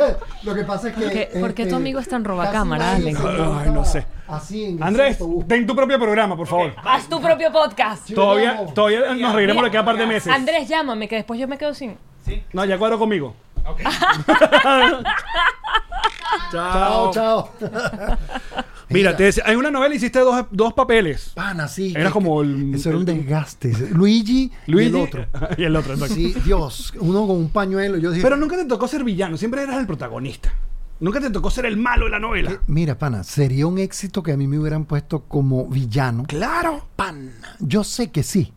S4: Lo que pasa es que. este,
S7: ¿Por qué- por qué tu amigo es tan robacámara,
S4: casi nadie
S7: Alex?
S4: se monta
S3: Ay, no sé.
S4: Así en el
S3: Andrés,
S4: autobús.
S3: ten tu propio programa, por favor.
S7: Haz tu propio podcast.
S4: Sí,
S3: Todavía,
S4: vamos.
S3: todavía nos reiremos de que par de meses.
S7: Andrés, llámame, que después yo me quedo sin.
S3: No, ya cuadro conmigo.
S8: Ok.
S4: Chao, chao.
S3: Mira, te decía, en una novela hiciste dos, dos papeles.
S4: Pana, sí.
S3: Era
S4: que-
S3: como el-
S4: Eso era un desgaste. Luigi,
S3: Luis
S4: y el otro.
S3: y el otro, exacto.
S4: Sí, Dios. Uno con un pañuelo. Yo dije.
S3: Pero nunca te tocó ser villano, siempre eras el protagonista. Nunca te tocó ser el malo de la novela.
S4: Mira, pana, sería un éxito que a mí me hubieran puesto como villano.
S3: Claro. Eh,
S4: Yo sé que sí.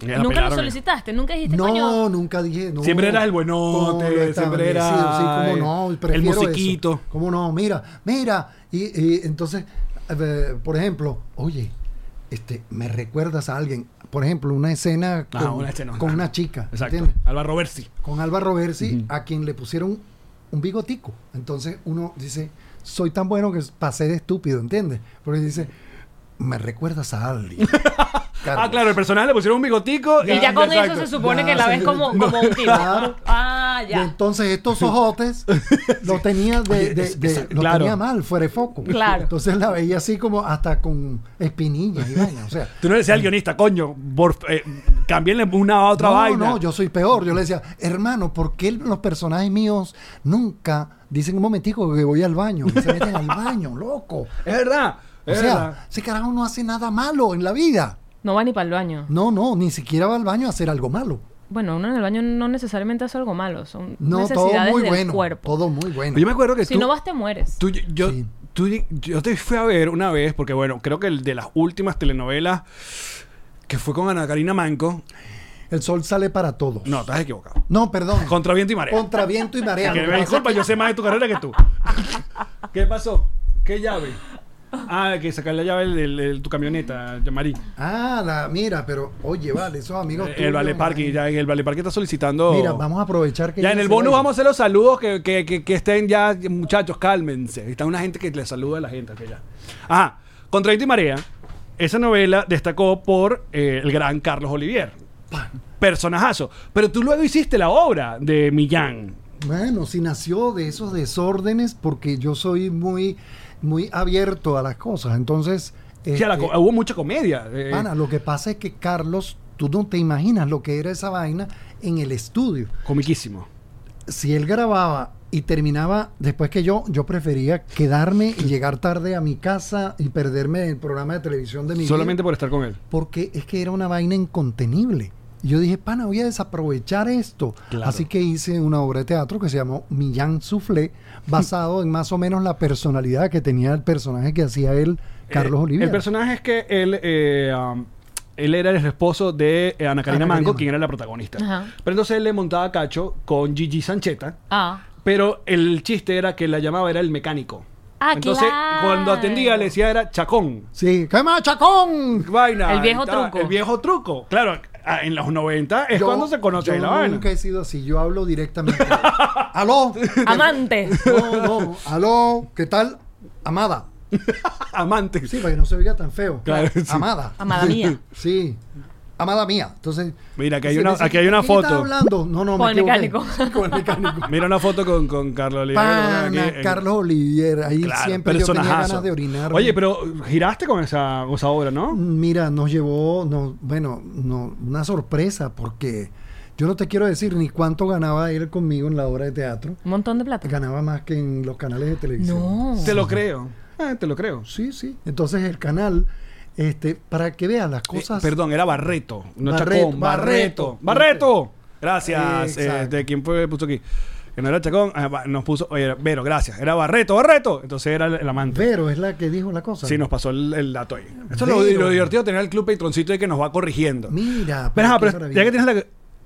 S7: Nunca lo solicitaste, nunca dijiste,
S4: No,
S7: coño.
S4: nunca dije. no.
S3: Siempre eras el buenote,
S4: No, lo estaba
S3: siempre eras
S4: agradecido, sí, cómo no,
S3: el
S4: prefiero eso.
S3: musiquito.
S4: Cómo no, mira, mira. Y, y entonces, eh, por ejemplo, oye, este, me recuerdas a alguien. Por ejemplo, una escena con,
S3: Ah, una escena.
S4: con una chica,
S3: Exacto.
S4: ¿entiendes?
S3: Alba Roberti.
S4: Con Alba Robersi, a quien le pusieron un bigotico. Entonces uno dice, soy tan bueno que pasé de estúpido, ¿entiendes? Porque dice, me recuerdas a alguien.
S3: Ah, claro, el personaje le pusieron un bigotico.
S7: Y ya con eso
S3: Exacto.
S7: se supone
S4: Ya,
S7: que la ves
S4: sí.
S7: como,
S4: No.
S7: como un tipo.
S4: Claro.
S7: Ah,
S4: Y
S7: ya.
S4: entonces estos ojotes lo tenía de, de-
S3: es-
S4: de-
S3: es-
S4: lo
S3: claro.
S4: tenía mal, fuera de foco.
S7: Claro.
S4: Entonces la veía así como hasta con espinillas y vaina. O sea,
S3: Tú no le decías al guionista, coño, por, eh, cámbienle una a otra
S4: no,
S3: vaina.
S4: no, yo soy peor. Yo le decía, hermano, ¿por qué los personajes míos nunca dicen un momentico que voy al baño? Y se meten al baño, loco.
S3: Es verdad.
S4: O
S3: es
S4: sea,
S3: verdad.
S4: ese carajo no hace nada malo en la vida.
S7: No va ni para el baño.
S4: No, no, ni siquiera va al baño a hacer algo malo.
S7: Bueno, uno en el baño no necesariamente hace algo malo. Son
S4: No, todo
S7: necesidades
S4: muy
S7: del
S4: bueno.
S7: cuerpo.
S4: Todo muy bueno.
S3: Yo me acuerdo que
S7: Si
S3: tú,
S7: no vas, te mueres.
S3: tú- yo,
S4: Sí.
S3: tú- yo te fui a ver una vez, porque bueno, creo que el de las últimas telenovelas que fue con Ana Karina Manco.
S4: El sol sale para todos.
S3: No, estás equivocado.
S4: No, perdón.
S3: Contra viento y marea.
S4: Contra viento y marea.
S3: Que
S4: Lo
S3: me
S4: pasa
S3: disculpa, yo sé más de tu carrera que tú. ¿Qué pasó? ¿Qué llave? Ah, que sacar la llave de, tu camioneta, Yamari.
S4: Ah, la, mira, pero oye, vale, esos amigos.
S3: El
S4: tuyos,
S3: Vale Parque, ya en el Vale Parque está solicitando.
S4: Mira, vamos a aprovechar que.
S3: Ya en el
S4: se
S3: bonus
S4: vaya.
S3: vamos a hacer los saludos que, que- que- que estén ya, muchachos, cálmense. Está una gente que le saluda a la gente que ya. Ajá, Contra Viento y Marea, esa novela destacó por eh, el gran Carlos Olivier. Personajazo. Pero tú luego hiciste la obra de Millán.
S4: Bueno, si nació de esos desórdenes, porque yo soy muy, muy abierto a las cosas. Entonces.
S3: O sea, la
S4: este,
S3: co- hubo mucha comedia. eh,
S4: pana, lo que pasa es que Carlos, tú no te imaginas lo que era esa vaina en el estudio.
S3: comiquísimo.
S4: si él grababa y terminaba después que yo, yo prefería quedarme y llegar tarde a mi casa y perderme el programa de televisión de mi vida,
S3: Solamente por estar con él.
S4: porque es que era una vaina incontenible. Y yo dije, pana, voy a desaprovechar esto.
S3: Claro.
S4: Así que hice una obra de teatro que se llamó Millán Soufflé, basado en más o menos la personalidad que tenía el personaje que hacía él, Carlos
S3: Eh,
S4: Olivier.
S3: El personaje es que él, eh, um, él era el esposo de eh, Ana Karina
S4: Ana Karina
S3: Mango,
S4: Mango.
S3: quien era la protagonista.
S7: Ajá.
S3: Pero entonces él le montaba cacho con Gigi Sancheta.
S7: Ah.
S3: Pero el chiste era que la llamaba era el mecánico.
S2: Ah,
S3: entonces,
S2: claro.
S3: cuando atendía le decía era chacón.
S4: Sí, ¿qué más, Chacón?
S3: Vaina.
S2: El viejo
S3: y tal,
S2: truco.
S3: El viejo truco. Claro, a- en los 90 es
S4: Yo-
S3: cuando se conoce
S4: yo
S3: la vaina.
S4: nunca he sido así, yo hablo directamente. aló.
S7: Amante.
S4: No, no, aló, ¿qué tal? Amada.
S3: Amante.
S4: Sí, para que no se oiga tan feo.
S3: Claro, sí.
S4: Amada.
S7: Amada mía.
S4: Sí. Amada mía. Entonces.
S3: Mira, aquí hay
S4: si
S3: una-
S4: le dicen,
S3: aquí hay una
S4: "¿Con quién estás
S3: foto".
S4: hablando? No, no, me
S7: Con el
S4: equivoqué.
S7: mecánico.
S4: Con el mecánico.
S3: Mira una foto con, con Carlos Olivier.
S4: Pana,
S3: aquí en-
S4: Carlos Olivier. Ahí
S3: Claro,
S4: siempre yo tenía
S3: personajazo.
S4: ganas de orinar.
S3: Oye, pero giraste con esa, con esa obra, ¿no?
S4: Mira, nos llevó, no, bueno, no, una sorpresa porque yo no te quiero decir ni cuánto ganaba él conmigo en la obra de teatro.
S7: Un montón de plata.
S4: Ganaba más que en los canales de televisión.
S7: No.
S3: Te lo creo. Eh, te lo creo.
S4: Sí, sí. Entonces el canal, este, para que vean las cosas.
S3: Eh, perdón, era Barreto, no
S4: Barreto,
S3: Chacón. Barreto. Barreto.
S4: Barreto.
S3: Gracias.
S4: Exacto.
S3: eh, de quien fue puso aquí. Que no era Chacón, ah, va- nos puso. Oye, era Vero, gracias. Era Barreto, Barreto. Entonces era el, el amante.
S4: Vero es la que dijo la cosa.
S3: Sí, nos pasó el, el dato ahí. Esto es lo,
S4: Vero.
S3: lo divertido de tener el club Patroncito y que nos va corrigiendo.
S4: Mira,
S3: Pero, ajá,
S4: qué
S3: pero
S4: maravilla.
S3: ya que tienes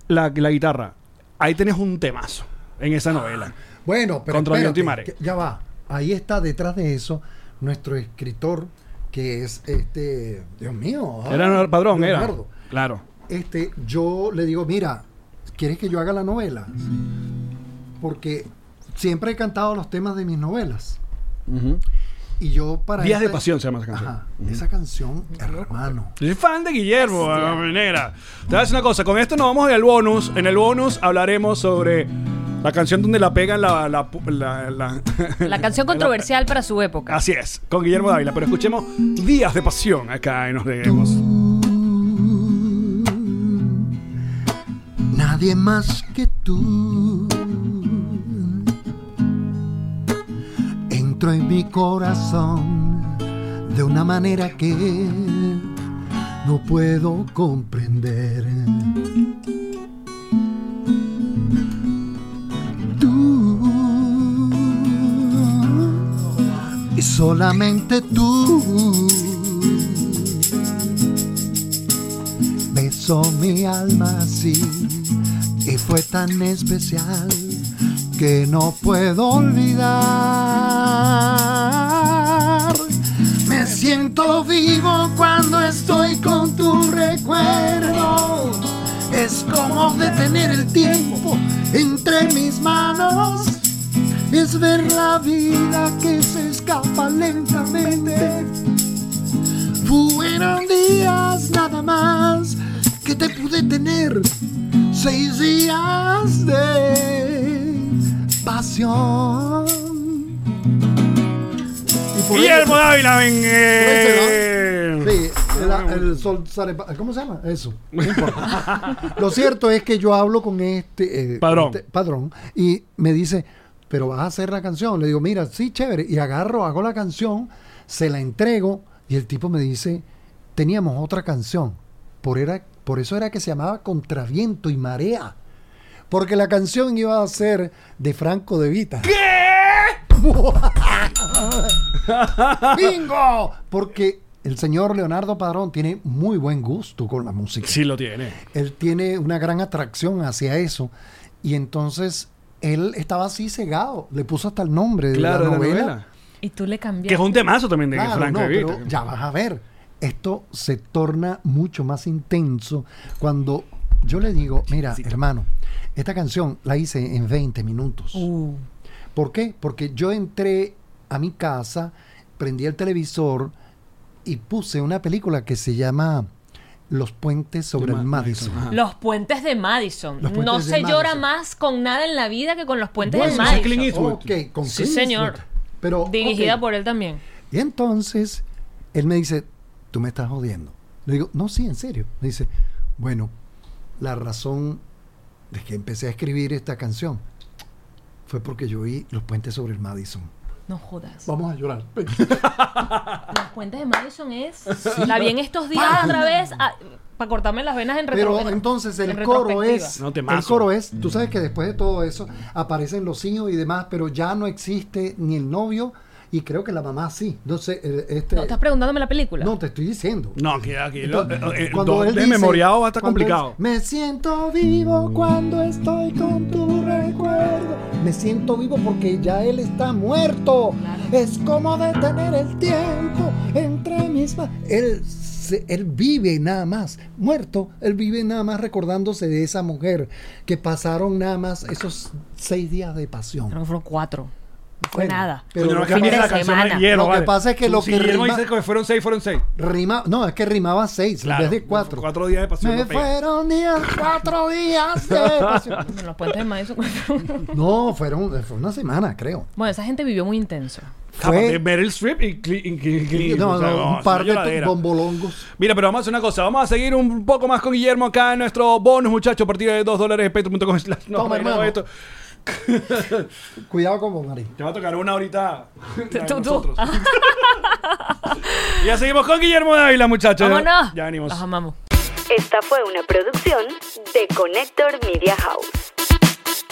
S3: la, la- la guitarra, ahí tenés un temazo en esa novela.
S4: Bueno, pero
S3: Contra viento y
S4: espérate,
S3: mare.
S4: que- ya va. Ahí está detrás de eso nuestro escritor que es este, Dios mío. ah,
S3: Era el padrón,
S4: Leonardo.
S3: era. Claro.
S4: Este, yo le digo, mira, ¿quieres que yo haga la novela? Porque siempre he cantado los temas de mis novelas. Y yo para
S3: Días de
S4: esta-
S3: pasión se llama esa canción.
S4: Ajá, esa canción, hermano.
S3: Yo soy fan de Guillermo, ah, negra. Te voy a decir una cosa, con esto nos vamos al bonus. En el bonus hablaremos sobre la canción donde la pegan la... la, pu- la- la-
S2: La canción controversial para su
S4: Ah.
S2: época.
S3: Así es, con Guillermo Dávila. Pero escuchemos Días de Pasión acá y nos reiremos.
S4: Nadie más que tú entró en mi corazón de una manera que no puedo comprender. Tú y solamente tú besó mi alma así y fue tan especial que no puedo olvidar. Me siento vivo cuando estoy con tu recuerdo. Es como detener el tiempo entre mis manos. Es ver la vida que se escapa lentamente. Fueron días nada más que te pude tener. Seis días de pasión. Y por
S3: Guillermo
S4: eso-
S3: Dávila, ven. eh.
S4: Sí, la- el sol sale pa- ¿Cómo se llama? Eso. No importa. Lo cierto es que yo hablo con este eh,
S3: Padrón.
S4: este padrón y me dice, pero vas a hacer la canción. Le digo, mira, sí, chévere. Y agarro, hago la canción, se la entrego y el tipo me dice, teníamos otra canción. Por, era, por eso era que se llamaba Contraviento y Marea. Porque la canción iba a ser de Franco de Vita. ¡Bingo! Porque el señor Leonardo Padrón tiene muy buen gusto con la música.
S3: Sí lo tiene.
S4: Él tiene una gran atracción hacia eso. Y entonces él estaba así cegado. Le puso hasta el nombre de
S3: Claro,
S4: la
S3: la
S4: novela.
S3: novela.
S7: Y tú le cambiaste.
S3: Que es un temazo también de
S4: Claro,
S3: Franco
S4: no,
S3: de Vita.
S4: pero ya vas a ver. Esto se torna mucho más intenso cuando yo le digo, mira, hermano, esta canción la hice en 20 minutos.
S7: Uh,
S4: ¿Por qué? Porque yo entré a mi casa, prendí el televisor y puse una película que se llama Los puentes sobre
S3: Ma-
S4: el Madison.
S3: Madison, ajá.
S7: Los puentes de Madison.
S4: Los puentes
S7: no
S4: de
S7: se llora
S4: Madison.
S7: más con nada en la vida que con los puentes
S3: Bueno,
S7: de
S3: ese es
S7: Madison.
S3: Clint Eastwood.
S4: Ok, con
S7: Sí,
S4: Clint
S7: señor.
S4: Eastwood. Pero,
S7: Dirigida
S4: ok.
S7: por él también.
S4: Y entonces él me dice, tú me estás jodiendo. Le digo, no, sí, en serio. Me dice, bueno, la razón de que empecé a escribir esta canción fue porque yo vi Los puentes sobre el Madison.
S7: No jodas.
S4: Vamos a llorar.
S7: Los puentes de Madison es. La vi en estos días
S4: Pana.
S7: otra vez para cortarme las venas en retro-
S4: Pero
S7: en-
S4: entonces
S7: en
S4: el coro
S7: retrospectiva.
S4: es.
S3: No, temazo.
S4: el coro es. Tú sabes que después de todo eso aparecen los hijos y demás, pero ya no existe ni el novio Y creo que la mamá sí. Entonces, eh, este.
S7: No, estás preguntándome la película.
S4: No, te estoy diciendo.
S3: No, aquí, aquí. lo-
S4: Entonces,
S3: eh, eh,
S4: cuando
S3: do-
S4: él
S3: de
S4: dice-
S3: memoriado va a estar
S4: cuando él
S3: complicado.
S4: dice, me siento vivo cuando estoy con tu recuerdo. Me siento vivo porque ya él está muerto. Es como detener el tiempo entre mis manos. Él, se- él vive nada más. Muerto, él vive nada más recordándose de esa mujer que pasaron nada más esos seis días de pasión.
S7: No fueron cuatro. No fue
S4: Bueno,
S7: nada.
S4: pero
S3: Coño,
S4: lo
S3: no
S4: que
S3: cambies
S4: pasa-
S3: la canción de
S7: semana.
S3: Guillermo,
S4: Lo que
S3: vale.
S4: pasa es que lo
S3: Si
S4: que
S3: Guillermo
S4: rima-
S3: dice que fueron seis, fueron seis.
S4: Rima, no, es que rimaba seis
S3: Claro,
S4: en vez de cuatro.
S3: cuatro días de pasión,
S4: Me
S3: no pega.
S4: fueron días, cuatro días de pasión.
S7: En los puentes de Madison.
S4: No, fueron, fue una semana, creo.
S7: bueno, esa gente vivió muy intenso.
S3: Capaz de
S4: Fue,
S3: Meryl Streep y Cli- y Cli- Cli-
S4: no,
S3: o sea,
S4: no,
S3: no,
S4: un par
S3: es una
S4: de
S3: lloradera.
S4: tu- bombolongos.
S3: Mira, pero vamos a hacer una cosa. Vamos a seguir un poco más con Guillermo acá en nuestro bonus, muchachos. A partir de 2 dólares, petro.com. No, imagínate
S4: Toma, hermano.
S3: esto.
S4: Cuidado con bombarín.
S3: Te va a tocar una ahorita. la de
S7: tú.
S3: nosotros. y ya seguimos con Guillermo Dávila, muchachos. Ya-
S7: ¡Vámonos!
S3: Ya venimos.
S7: Los amamos.
S6: Esta fue una producción de Connector Media House.